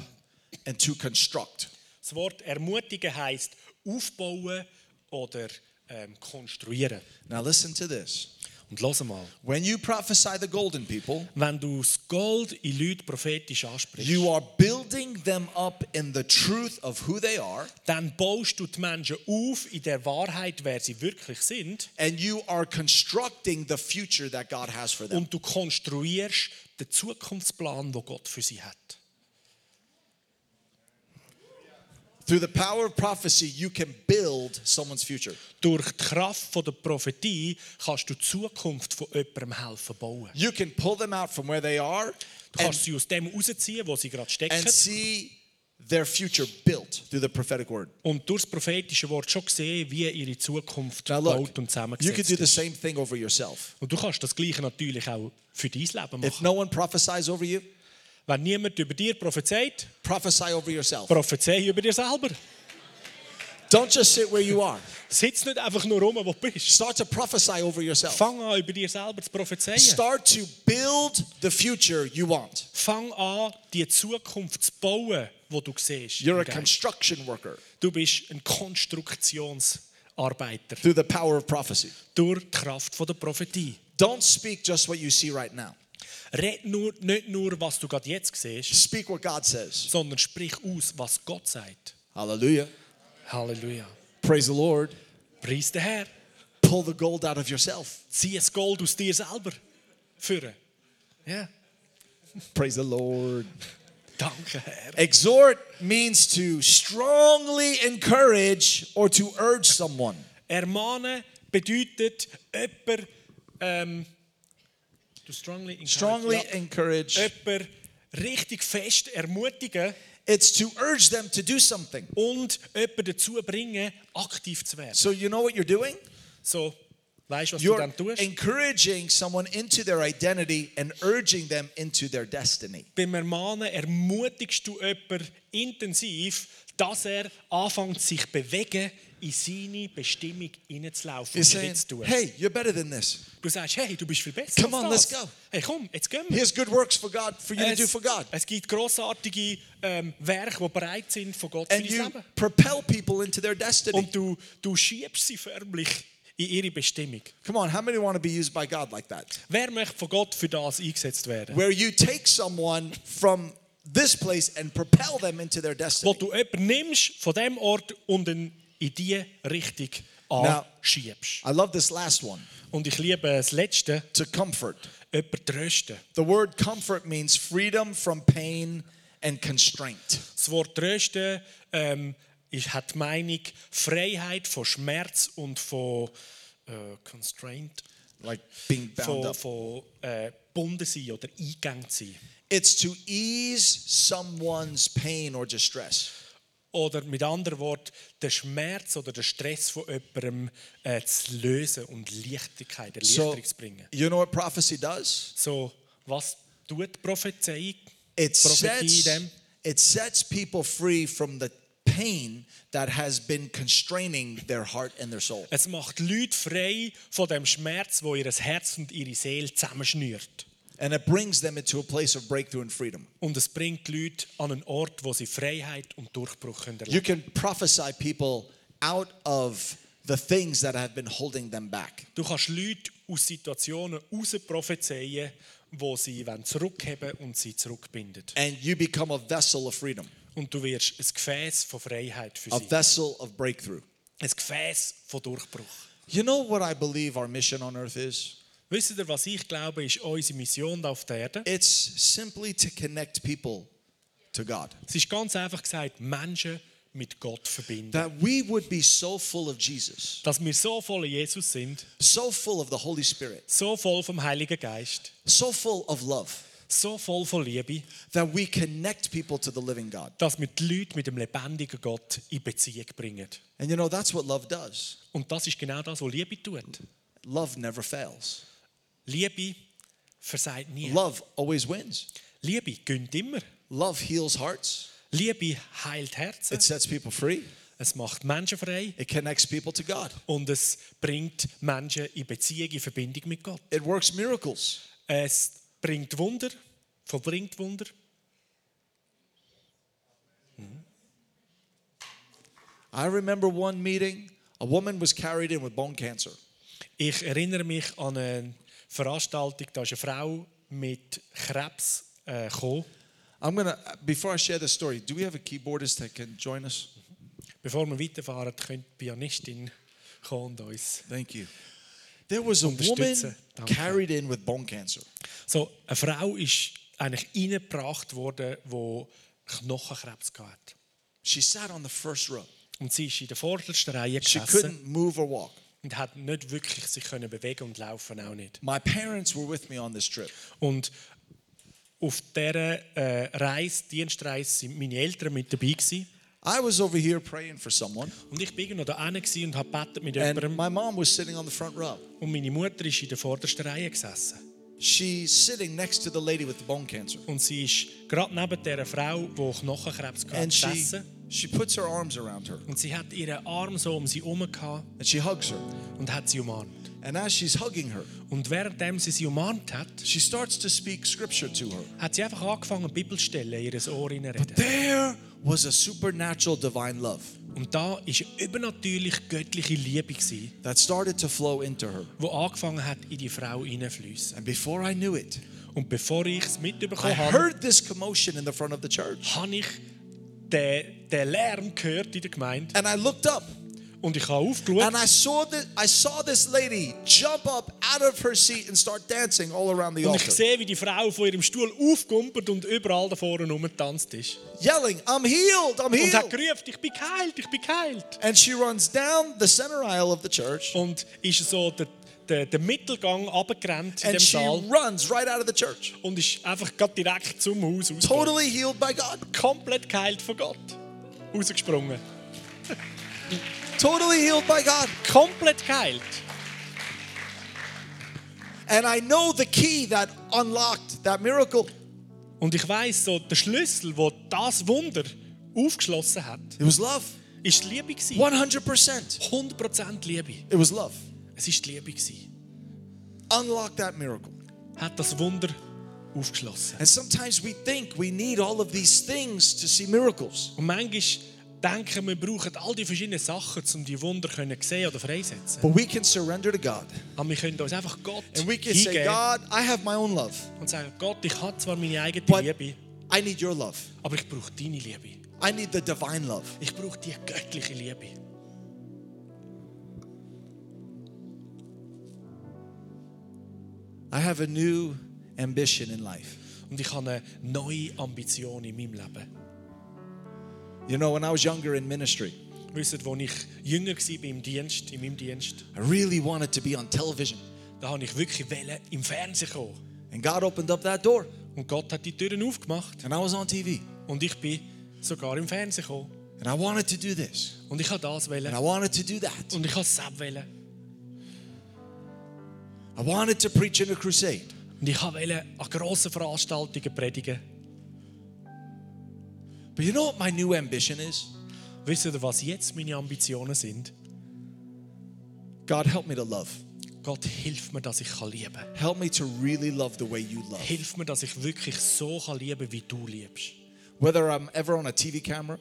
S1: and to construct.
S2: Das Wort ermutigen heißt aufbauen oder ähm, konstruieren.
S1: Now listen to this.
S2: Und los mal.
S1: When you prophesy the golden people,
S2: Wenn du das Gold in Leute prophetisch ansprichst,
S1: you are building them up in the truth of who they are,
S2: dann baust du die Menschen auf in der Wahrheit, wer sie wirklich sind,
S1: and you are constructing the future that God has for them.
S2: und du konstruierst den Zukunftsplan, den Gott für sie hat.
S1: Through the power of prophecy, you can build someone's future.
S2: Durch die Kraft von der Prophetie kannst du die Zukunft von jemandem helfen bauen.
S1: You can pull them out from where they are
S2: Du
S1: and,
S2: kannst sie aus dem rausziehen, wo sie gerade stecken,
S1: and see their future built through the prophetic word.
S2: und durch das prophetische Wort schon sehen, wie ihre Zukunft
S1: Now
S2: gebaut und
S1: look, you could
S2: zusammengesetzt
S1: do the
S2: ist.
S1: same thing over yourself.
S2: Und du kannst das Gleiche natürlich auch für dein Leben
S1: If
S2: machen.
S1: no one prophesies over you,
S2: Wenn niemand über dir prophezeit,
S1: prophesy over yourself.
S2: prophezei über dir selber.
S1: Don't just sit where you are.
S2: Sitz nicht einfach nur rum, wo du bist.
S1: Start to prophesy over yourself.
S2: Fang an, über dir selber zu prophezeien.
S1: Start to build the future you want.
S2: Fang an, die Zukunft zu bauen, die du siehst.
S1: You're a
S2: im Geist.
S1: construction worker
S2: Du bist ein Konstruktionsarbeiter
S1: through the power of prophecy.
S2: durch die Kraft von der Prophetie.
S1: Don't speak just what you see right now.
S2: Red nur, nicht nur, was du gerade jetzt siehst,
S1: Speak what God says.
S2: sondern sprich aus, was Gott sagt.
S1: Hallelujah.
S2: Halleluja.
S1: Praise the Lord.
S2: Preis den Herr.
S1: Pull the gold out of yourself.
S2: Zieh das Gold aus dir selber. Führen. Ja.
S1: Praise the Lord.
S2: Danke, Herr.
S1: Exhort means to strongly encourage or to urge someone.
S2: Ermahnen bedeutet, jemand. Ähm, to strongly encourage.
S1: Strongly
S2: Ja.
S1: encourage.
S2: jemanden richtig fest ermutigen
S1: It's to urge them to do something.
S2: und jemanden dazu bringen, aktiv zu werden.
S1: So you know what you're doing?
S2: So, weißt du, was du
S1: You're
S2: dann tust?
S1: encouraging someone into their identity and urging them into their destiny.
S2: Beim Ermahnen ermutigst du jemanden intensiv, dass er anfängt, sich zu bewegen, in seine Bestimmung hineinzulaufen
S1: You're
S2: und Schritt
S1: saying,
S2: zu tun.
S1: hey, you're better than this.
S2: Du sagst, hey, du bist viel besser
S1: Come
S2: als
S1: on,
S2: das.
S1: let's go.
S2: Hey, komm, jetzt gehen wir.
S1: Here's good works for God for you to do
S2: Es,
S1: for God.
S2: es gibt grossartige ähm, Werke, die bereit sind von Gott für
S1: And
S2: dein
S1: you
S2: Leben.
S1: propel people into their destiny.
S2: Und du, du schiebst sie förmlich in ihre Bestimmung.
S1: Come on, how many want to be used by God like that?
S2: Wer möchte von Gott für das eingesetzt werden?
S1: Where you take someone from this place and propel them into their
S2: Wo
S1: destiny.
S2: du jemanden nimmst von dem Ort und ihn in diese Richtung
S1: Now-
S2: anschiebst.
S1: I love this last one
S2: Und ich liebe das Letzte,
S1: to comfort.
S2: jemanden trösten.
S1: The word comfort means freedom from pain and constraint.
S2: Das Wort trösten ähm, ist, hat die Meinung Freiheit von Schmerz und von äh, Constraint,
S1: like being bound
S2: von,
S1: up.
S2: von äh, gebunden sein oder eingegangen sein.
S1: It's to ease someone's pain or distress.
S2: Oder mit anderen Worten, den Schmerz oder den Stress von jemandem äh, zu lösen und Leichtigkeit, Erleichterung zu bringen.
S1: you know what prophecy does?
S2: So, was tut die Prophezeiung?
S1: It
S2: Prophetie in
S1: sets,
S2: dem?
S1: it sets people free from the pain that has been constraining their heart and their soul.
S2: Es macht Leute frei von dem Schmerz, wo ihr Herz und ihre Seele zusammenschnürt.
S1: And it brings them into a place of breakthrough and freedom.
S2: Und es bringt die Leute an einen Ort, wo sie Freiheit und Durchbruch können erleben
S1: You can prophesy people out of the things that have been holding them back.
S2: Du kannst Leute aus Situationen raus prophezeien, wo sie wollen zurückheben und sie zurückbindet.
S1: and you become a vessel of freedom,
S2: Und du wirst ein Gefäß von Freiheit für
S1: a
S2: sie.
S1: vessel of breakthrough.
S2: Ein Gefäß von Durchbruch.
S1: You know what I believe our mission on earth is?
S2: Wisst ihr, was ich glaube, ist unsere Mission hier auf der Erde?
S1: It's simply to connect people to God.
S2: Es ist ganz einfach gesagt, Menschen mit Gott verbinden.
S1: That we would be so full of Jesus,
S2: Dass wir so voll Jesus sind,
S1: so full of the Holy Spirit,
S2: so voll vom Heiligen Geist,
S1: so full of love,
S2: so voll von Liebe,
S1: that we connect people to the living God.
S2: dass wir die Leute mit dem lebendigen Gott in Beziehung bringen.
S1: And you know, that's what love does.
S2: Und das ist genau das, was Liebe tut.
S1: Love never fails,
S2: Liebe versagt nie.
S1: love always wins.
S2: Liebe gönnt immer.
S1: Love heals hearts,
S2: Liebe heilt Herzen.
S1: it sets people free,
S2: Es macht Menschen frei
S1: it connects people to God,
S2: und es bringt Menschen in Beziehung, in Verbindung mit Gott.
S1: it works miracles.
S2: Es bringt Wunder, vollbringt Wunder.
S1: I remember one meeting, a woman was carried in with bone cancer.
S2: Ich erinnere mich an eine Veranstaltung, da ist eine Frau mit Krebs äh, gekommen.
S1: I'm gonna, before I share this story, do we have a keyboardist that can join us?
S2: Bevor wir weiterfahren, könnte die Pianistin kommen und uns.
S1: Thank you. There was a
S2: Unterstützen.
S1: woman
S2: Danke.
S1: carried in with bone cancer.
S2: So, eine Frau ist eigentlich reingebracht worden, die Knochenkrebs hatte.
S1: She sat on the first row.
S2: Und sie ist in der vordersten Reihe
S1: She
S2: gesessen
S1: couldn't move or walk.
S2: und hat nicht wirklich sich können bewegen und laufen auch nicht.
S1: My parents were with me on this trip.
S2: Und auf dieser äh, Reise, Dienstreise, sind meine Eltern mit dabei gewesen.
S1: I was over here praying for someone,
S2: Und ich bin noch da hinten gewesen und habe gebetet mit
S1: and
S2: jemandem.
S1: my mom was sitting on the front row.
S2: Und meine Mutter ist in der vordersten Reihe gesessen.
S1: She's sitting next to the lady with the bone cancer,
S2: Und sie ist gerade neben dieser Frau, die Knochenkrebs hatte,
S1: and she
S2: gesessen.
S1: she puts her arms around her
S2: Und sie hat ihren Arm so um sie herum gehabt
S1: and she hugs her.
S2: und hat sie umarmt.
S1: And as she's hugging her,
S2: Und währenddem sie sie umarmt hat,
S1: she starts to speak scripture to her.
S2: hat sie einfach angefangen, Bibelstellen in ihr Ohr hineinreden.
S1: There was a supernatural divine love
S2: Und da ist eine übernatürlich göttliche Liebe, gewesen,
S1: that started to flow into her.
S2: die angefangen hat, in die Frau hineinfließen.
S1: And before I knew it,
S2: Und bevor ich es
S1: I
S2: mitbekommen habe,
S1: heard this commotion in the front of the church.
S2: habe ich den, den Lärm gehört in der Gemeinde.
S1: And I looked up
S2: Und ich habe aufgeschaut
S1: and I saw that I saw this lady jump up out of her seat and start dancing all around the
S2: Und ich
S1: altar,
S2: sehe, wie die Frau von ihrem Stuhl aufgumpert und überall da vorne rumgetanzt ist.
S1: yelling, "I'm healed! I'm
S2: Und
S1: healed!"
S2: hat gerufen, ich bin geheilt, ich bin geheilt.
S1: And she runs down the center aisle of the church
S2: Und ist so den, den, den Mittelgang runtergerannt in
S1: and
S2: dem
S1: she
S2: Saal
S1: runs right out of the church,
S2: und ist einfach grad direkt zum Haus raus.
S1: totally healed by God,
S2: Komplett geheilt von Gott. Rausgesprungen.
S1: totally healed by God.
S2: Komplett geheilt.
S1: And I know the key that unlocked that miracle.
S2: Und ich weiss, so, der Schlüssel, der das Wunder aufgeschlossen hat,
S1: It was love,
S2: ist die Liebe. gewesen.
S1: 100%.
S2: 100% Liebe.
S1: It was love.
S2: Es ist die Liebe. gewesen.
S1: Unlock that miracle.
S2: Hat das Wunder aufgeschlossen.
S1: And sometimes we think we need all of these things to see miracles.
S2: Und manchmal denken wir, brauchen all die verschiedenen Sachen, um die Wunder können sehen oder freisetzen.
S1: But we can surrender to God.
S2: Aber wir können uns einfach Gott
S1: And we can say,
S2: hingeben
S1: God, I have my own love,
S2: und sagen, Gott, ich habe zwar meine eigene
S1: but
S2: Liebe,
S1: I need your love.
S2: aber ich brauche deine Liebe.
S1: I need the divine love.
S2: Ich brauche die göttliche Liebe.
S1: I have a new ambition in life.
S2: Und ich habe eine neue Ambition in meinem Leben.
S1: You know, when I was younger in ministry,
S2: Wisst ihr, als ich jünger war im Dienst, in meinem Dienst,
S1: I really wanted to be on television.
S2: da habe ich wirklich wollen, im Fernsehen kommen.
S1: And God opened up that door,
S2: Und Gott hat die Türen aufgemacht.
S1: and I was on TV.
S2: Und ich bin sogar im Fernsehen gekommen.
S1: And I wanted to do this,
S2: Und ich habe das
S1: and I
S2: wollen.
S1: wanted to do that.
S2: Und ich habe das auch wollen.
S1: I wanted to preach in a crusade.
S2: Und ich wollte an grossen Veranstaltungen predigen.
S1: But you know what my new ambition is?
S2: Wisst ihr, was jetzt meine Ambitionen sind?
S1: God, help me to love.
S2: Gott, hilf mir, dass ich kann lieben kann.
S1: Help me to really love the way you love.
S2: Hilf mir, dass ich wirklich so kann lieben kann, wie du liebst.
S1: Whether I'm ever on a TV camera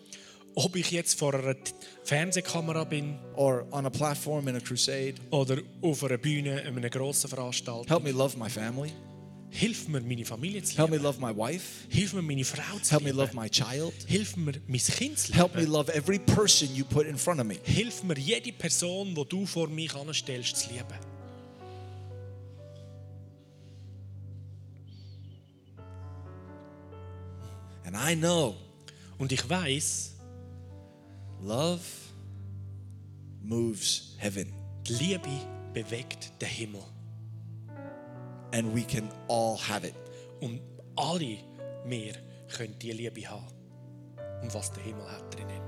S2: Ob ich jetzt vor einer T- Fernsehkamera bin
S1: or on a platform in a crusade,
S2: oder auf einer Bühne in einer grossen Veranstaltung.
S1: help me love my family.
S2: Hilf mir, meine Familie zu
S1: Help
S2: lieben.
S1: me love my wife.
S2: Hilf mir, meine Frau zu
S1: Help me love
S2: lieben.
S1: my child.
S2: Hilf mir, mein Kind zu
S1: Help me
S2: lieben.
S1: love every person you put in front of me.
S2: Hilf mir, jede Person, die du vor mich anstellst, zu lieben.
S1: And I know
S2: Und ich weiß,
S1: love moves heaven.
S2: die Liebe bewegt den Himmel.
S1: And we can all have it.
S2: Und alle wir können diese Liebe haben. Und was der Himmel hat drinnen.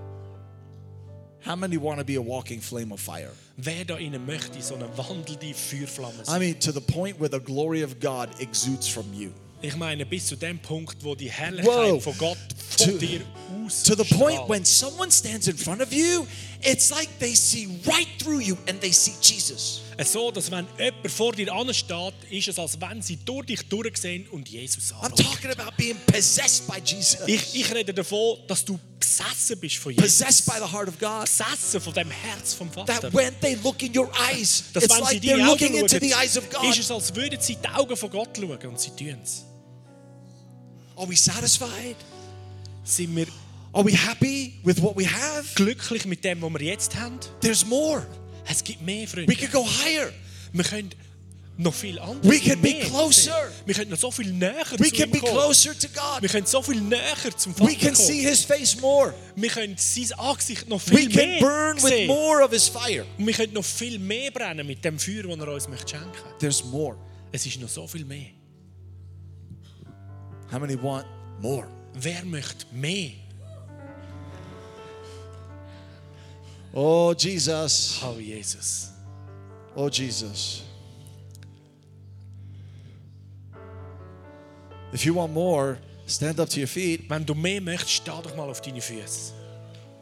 S1: How many want to be a walking flame of fire?
S2: Wer da innen möchte, so eine wandelnde Feuerflamme
S1: I
S2: sein?
S1: mean, to the point where the glory of God exudes from you.
S2: Ich meine, bis zu dem Punkt, wo die Herrlichkeit
S1: Wow.
S2: von Gott von
S1: To-
S2: dir aus
S1: To the point when someone stands in front of you, it's like they see right through you and they see Jesus.
S2: So, dass wenn jemand vor dir ansteht, ist es, als wenn sie durch dich durchsehen und Jesus
S1: I'm
S2: anschauen.
S1: talking about being possessed by Jesus,
S2: Ich, ich rede davon, dass du besessen bist von Jesus.
S1: possessed by the heart of God.
S2: Besessen von dem Herz vom Vater.
S1: That when they look in your eyes,
S2: Dass
S1: it's
S2: wenn sie
S1: like
S2: deine
S1: they're
S2: Augen
S1: looking into the eyes of
S2: schauen,
S1: God.
S2: ist es, als würden sie die Augen von Gott schauen und sie tun es.
S1: Are we satisfied?
S2: Sind wir
S1: Are we happy with what we have?
S2: glücklich mit dem, was wir jetzt haben?
S1: There's more.
S2: Es gibt mehr, Freunde.
S1: We could go higher.
S2: Wir können noch viel anderes
S1: We can be
S2: mehr
S1: closer.
S2: sehen. Wir können noch so viel näher
S1: We
S2: zu
S1: can
S2: ihm
S1: be
S2: kommen.
S1: closer to
S2: Wir
S1: God.
S2: können so viel näher zum Vater
S1: We can
S2: kommen.
S1: see His face more.
S2: Wir können sein Angesicht noch viel
S1: We can
S2: mehr
S1: burn with
S2: sehen.
S1: more of His fire.
S2: Und wir können noch viel mehr brennen mit dem Feuer, das er uns möchte schenken möchte.
S1: There's more.
S2: Es ist noch so viel mehr.
S1: How many want more?
S2: Wer möchte mehr?
S1: Oh, Jesus.
S2: Oh, Jesus.
S1: Oh, Jesus. If you want more, stand up to your feet.
S2: Wenn du mehr möchtest, steh doch mal auf deine Füße.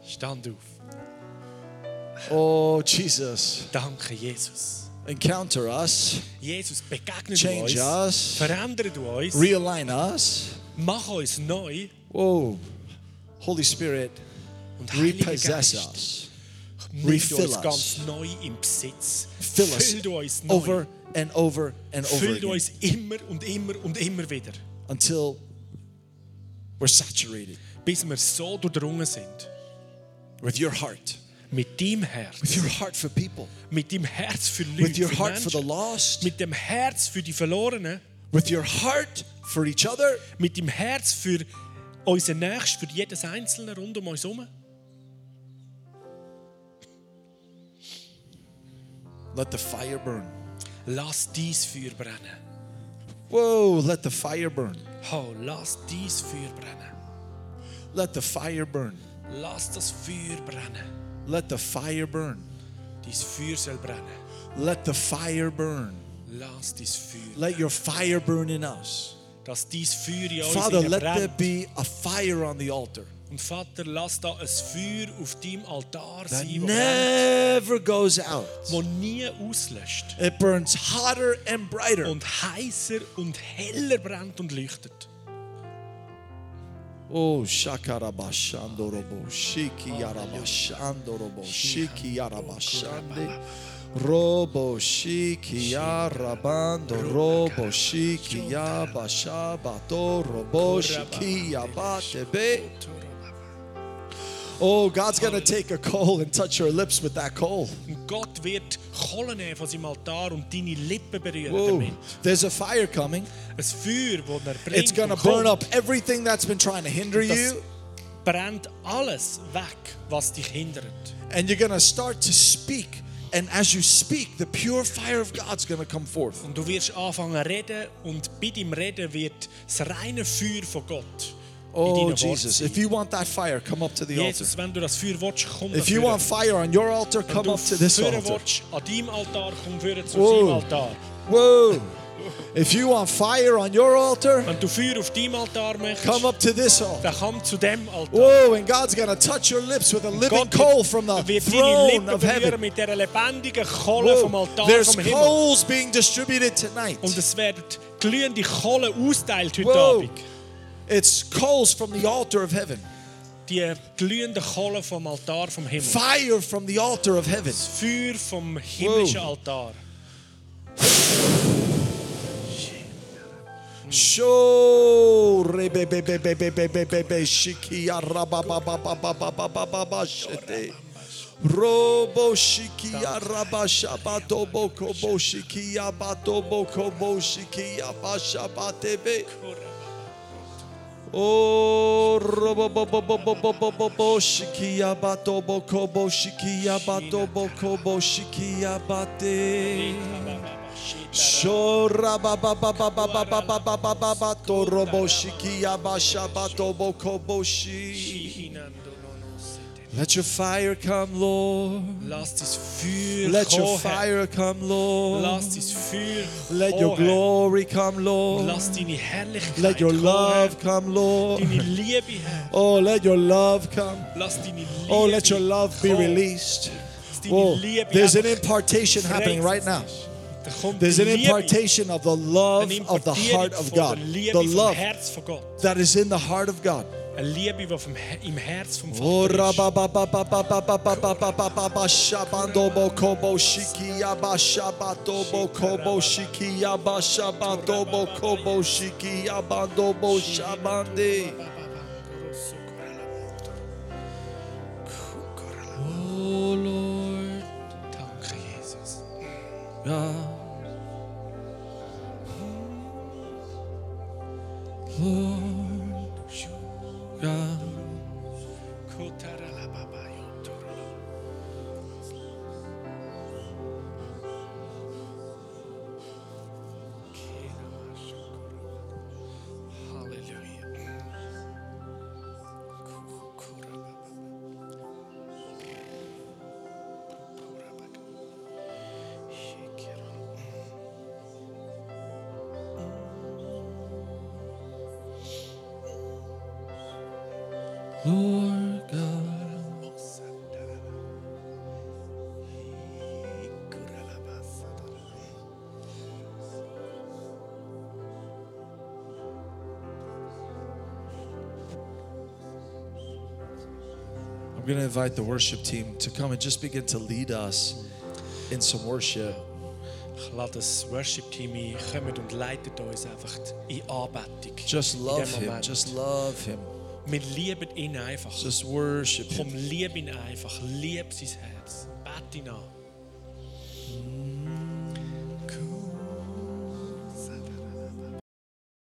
S2: Stand auf.
S1: Oh, Jesus.
S2: Danke, Jesus.
S1: Encounter us,
S2: Jesus, begegne du uns.
S1: change us,
S2: Verändere du uns.
S1: realign us.
S2: mach uns neu.
S1: Whoa. Holy Spirit.
S2: Und Heiliger
S1: repossess
S2: Geist,
S1: us
S2: nimm du
S1: Refill
S2: uns
S1: us.
S2: ganz neu im Besitz.
S1: fill us
S2: Füll du uns neu.
S1: over and over and over
S2: Füll
S1: again
S2: du uns immer und immer und immer wieder.
S1: until we're saturated
S2: Bis wir so durchdrungen sind.
S1: with your heart
S2: Mit deinem Herz.
S1: with your heart for people
S2: Mit deinem Herz für Leute,
S1: with your
S2: für
S1: heart for the
S2: Menschen.
S1: lost
S2: Mit dem Herz für die Verlorenen.
S1: with your heart for each other
S2: Mit dem Herz für unseren Nächsten, für jedes Einzelne rund um uns herum.
S1: let the fire burn
S2: Lass dies Feuer brennen.
S1: whoa let the fire burn
S2: Oh, lass dies Feuer brennen.
S1: let the fire burn
S2: Lass das Feuer brennen.
S1: let the fire burn
S2: Dein Feuer soll brennen.
S1: let the fire burn
S2: Lass dein Feuer.
S1: let your fire burn in us
S2: Dass dies Feuer in uns
S1: father
S2: innen
S1: let there
S2: brennt.
S1: be a fire on the altar
S2: Und Vater, lass da ein Feuer auf deinem Altar
S1: that
S2: sein, das
S1: never goes out
S2: nie auslöscht
S1: It burns hotter and brighter.
S2: und heißer und heller brennt und leuchtet.
S1: Oh, shakarabashandorobo, shiki yarabashandorobo, shiki yarabashande, robo shiki yarabando, robo shiki yabashabato, robo shiki yabatebe. Oh, God's gonna take a coal and touch your lips with that coal.
S2: Und Gott wird Kohlen nehmen von seinem Altar und deine Lippen berühren
S1: Whoa.
S2: damit.
S1: There's a fire coming.
S2: Ein Feuer, das er bringt
S1: It's gonna
S2: und kommt,
S1: burn up everything that's been trying to hinder
S2: das
S1: you.
S2: brennt alles weg, was dich hindert.
S1: And you're going to start to speak. And as you speak, the pure fire of God's going to come forth.
S2: Und du wirst anfangen zu reden und bei deinem Reden wird das reine Feuer von Gott in
S1: Oh,
S2: deinen
S1: Jesus.
S2: Worten
S1: If
S2: sein.
S1: you want that fire, come up to the altar.
S2: Jesus, wenn du das Feuer willst, komm
S1: If you
S2: dafür.
S1: want fire on your altar, come
S2: du
S1: up to this
S2: führen
S1: altar.
S2: willst, an deinem Altar, komm führen zu
S1: Whoa.
S2: seinem Altar.
S1: Whoa. If you want fire on your altar,
S2: Wenn du Feuer auf deinem Altar möchtest,
S1: come up to this altar.
S2: dann komm zu dem Altar.
S1: Whoa, and God's going to touch your lips with a living
S2: Gott
S1: coal from the
S2: wird deine
S1: throne
S2: Lippen
S1: of
S2: berühren
S1: heaven.
S2: mit dieser lebendigen Kohle vom
S1: Whoa.
S2: Altar
S1: There's
S2: vom Himmel.
S1: coals being distributed tonight.
S2: Und es werden glühende Kohle ausgeteilt heute
S1: Whoa.
S2: Abend.
S1: It's coals from the altar of heaven,
S2: Die glühende Kohle vom Altar vom Himmel.
S1: fire from the altar of heaven.
S2: Das Feuer vom himmlischen Altar.
S1: Sho re be be be be be be be be be shiki ya ra ba ba ba ba ba ba ba ba ba ba shete. Robo shiki ya ra ba sha ba do bo ko bo shiki ya ba do bo ko bo shiki ya ba sha ba te be. Oh, robo bo bo bo bo bo bo bo bo shiki ya ba do bo ko bo shiki ya ba do bo ko bo shiki ya ba te. Shorababababababababababa toroboshikiabashabatobokoboshikiabatobokoboshi. Let your fire come, Lord.
S2: Lass dein Feuer
S1: Let your
S2: kommen.
S1: fire come, Lord.
S2: Lass dein Feuer
S1: Let your
S2: kommen.
S1: glory come, Lord.
S2: Lass deine Herrlichkeit
S1: Let your
S2: kommen.
S1: love come, Lord.
S2: Deine Liebe, Herr.
S1: Oh, let your love come.
S2: Lass deine Liebe
S1: Oh, let your love be
S2: kommen.
S1: released.
S2: Lass deine
S1: Oh,
S2: Liebe
S1: there's an
S2: einfach-
S1: impartation happening right now. er
S2: Da kommt
S1: There's an
S2: die Liebe.
S1: impartation of the
S2: Eine
S1: love of the
S2: Importierung
S1: heart of
S2: von
S1: God.
S2: der
S1: The
S2: Liebe vom
S1: love
S2: Herz von Gott.
S1: that is in the heart of God.
S2: Eine Liebe, die vom Her im Herz vom
S1: Oh,
S2: Vater ist.
S1: rababababababababababababa, shabandobo kobo shikiyaba, shabatobo kobo shikiyaba, shabatobo kobo shikiyabandobo shabande. Oh, Lord,
S2: Danke, Jesus.
S1: God. Lord, God.
S2: Halleluja.
S1: Lord God. I'm going to invite the worship team to come and just begin to lead us in some worship.
S2: Ich lade das Worship-Team ein, kommt und leitet uns einfach in Anbetung.
S1: Just
S2: in
S1: love
S2: dem
S1: him.
S2: Moment.
S1: Just love him.
S2: Wir lieben ihn einfach.
S1: Just worship him.
S2: Komm, lieb ihn einfach. Lieb sein Herz. Bett ihn an.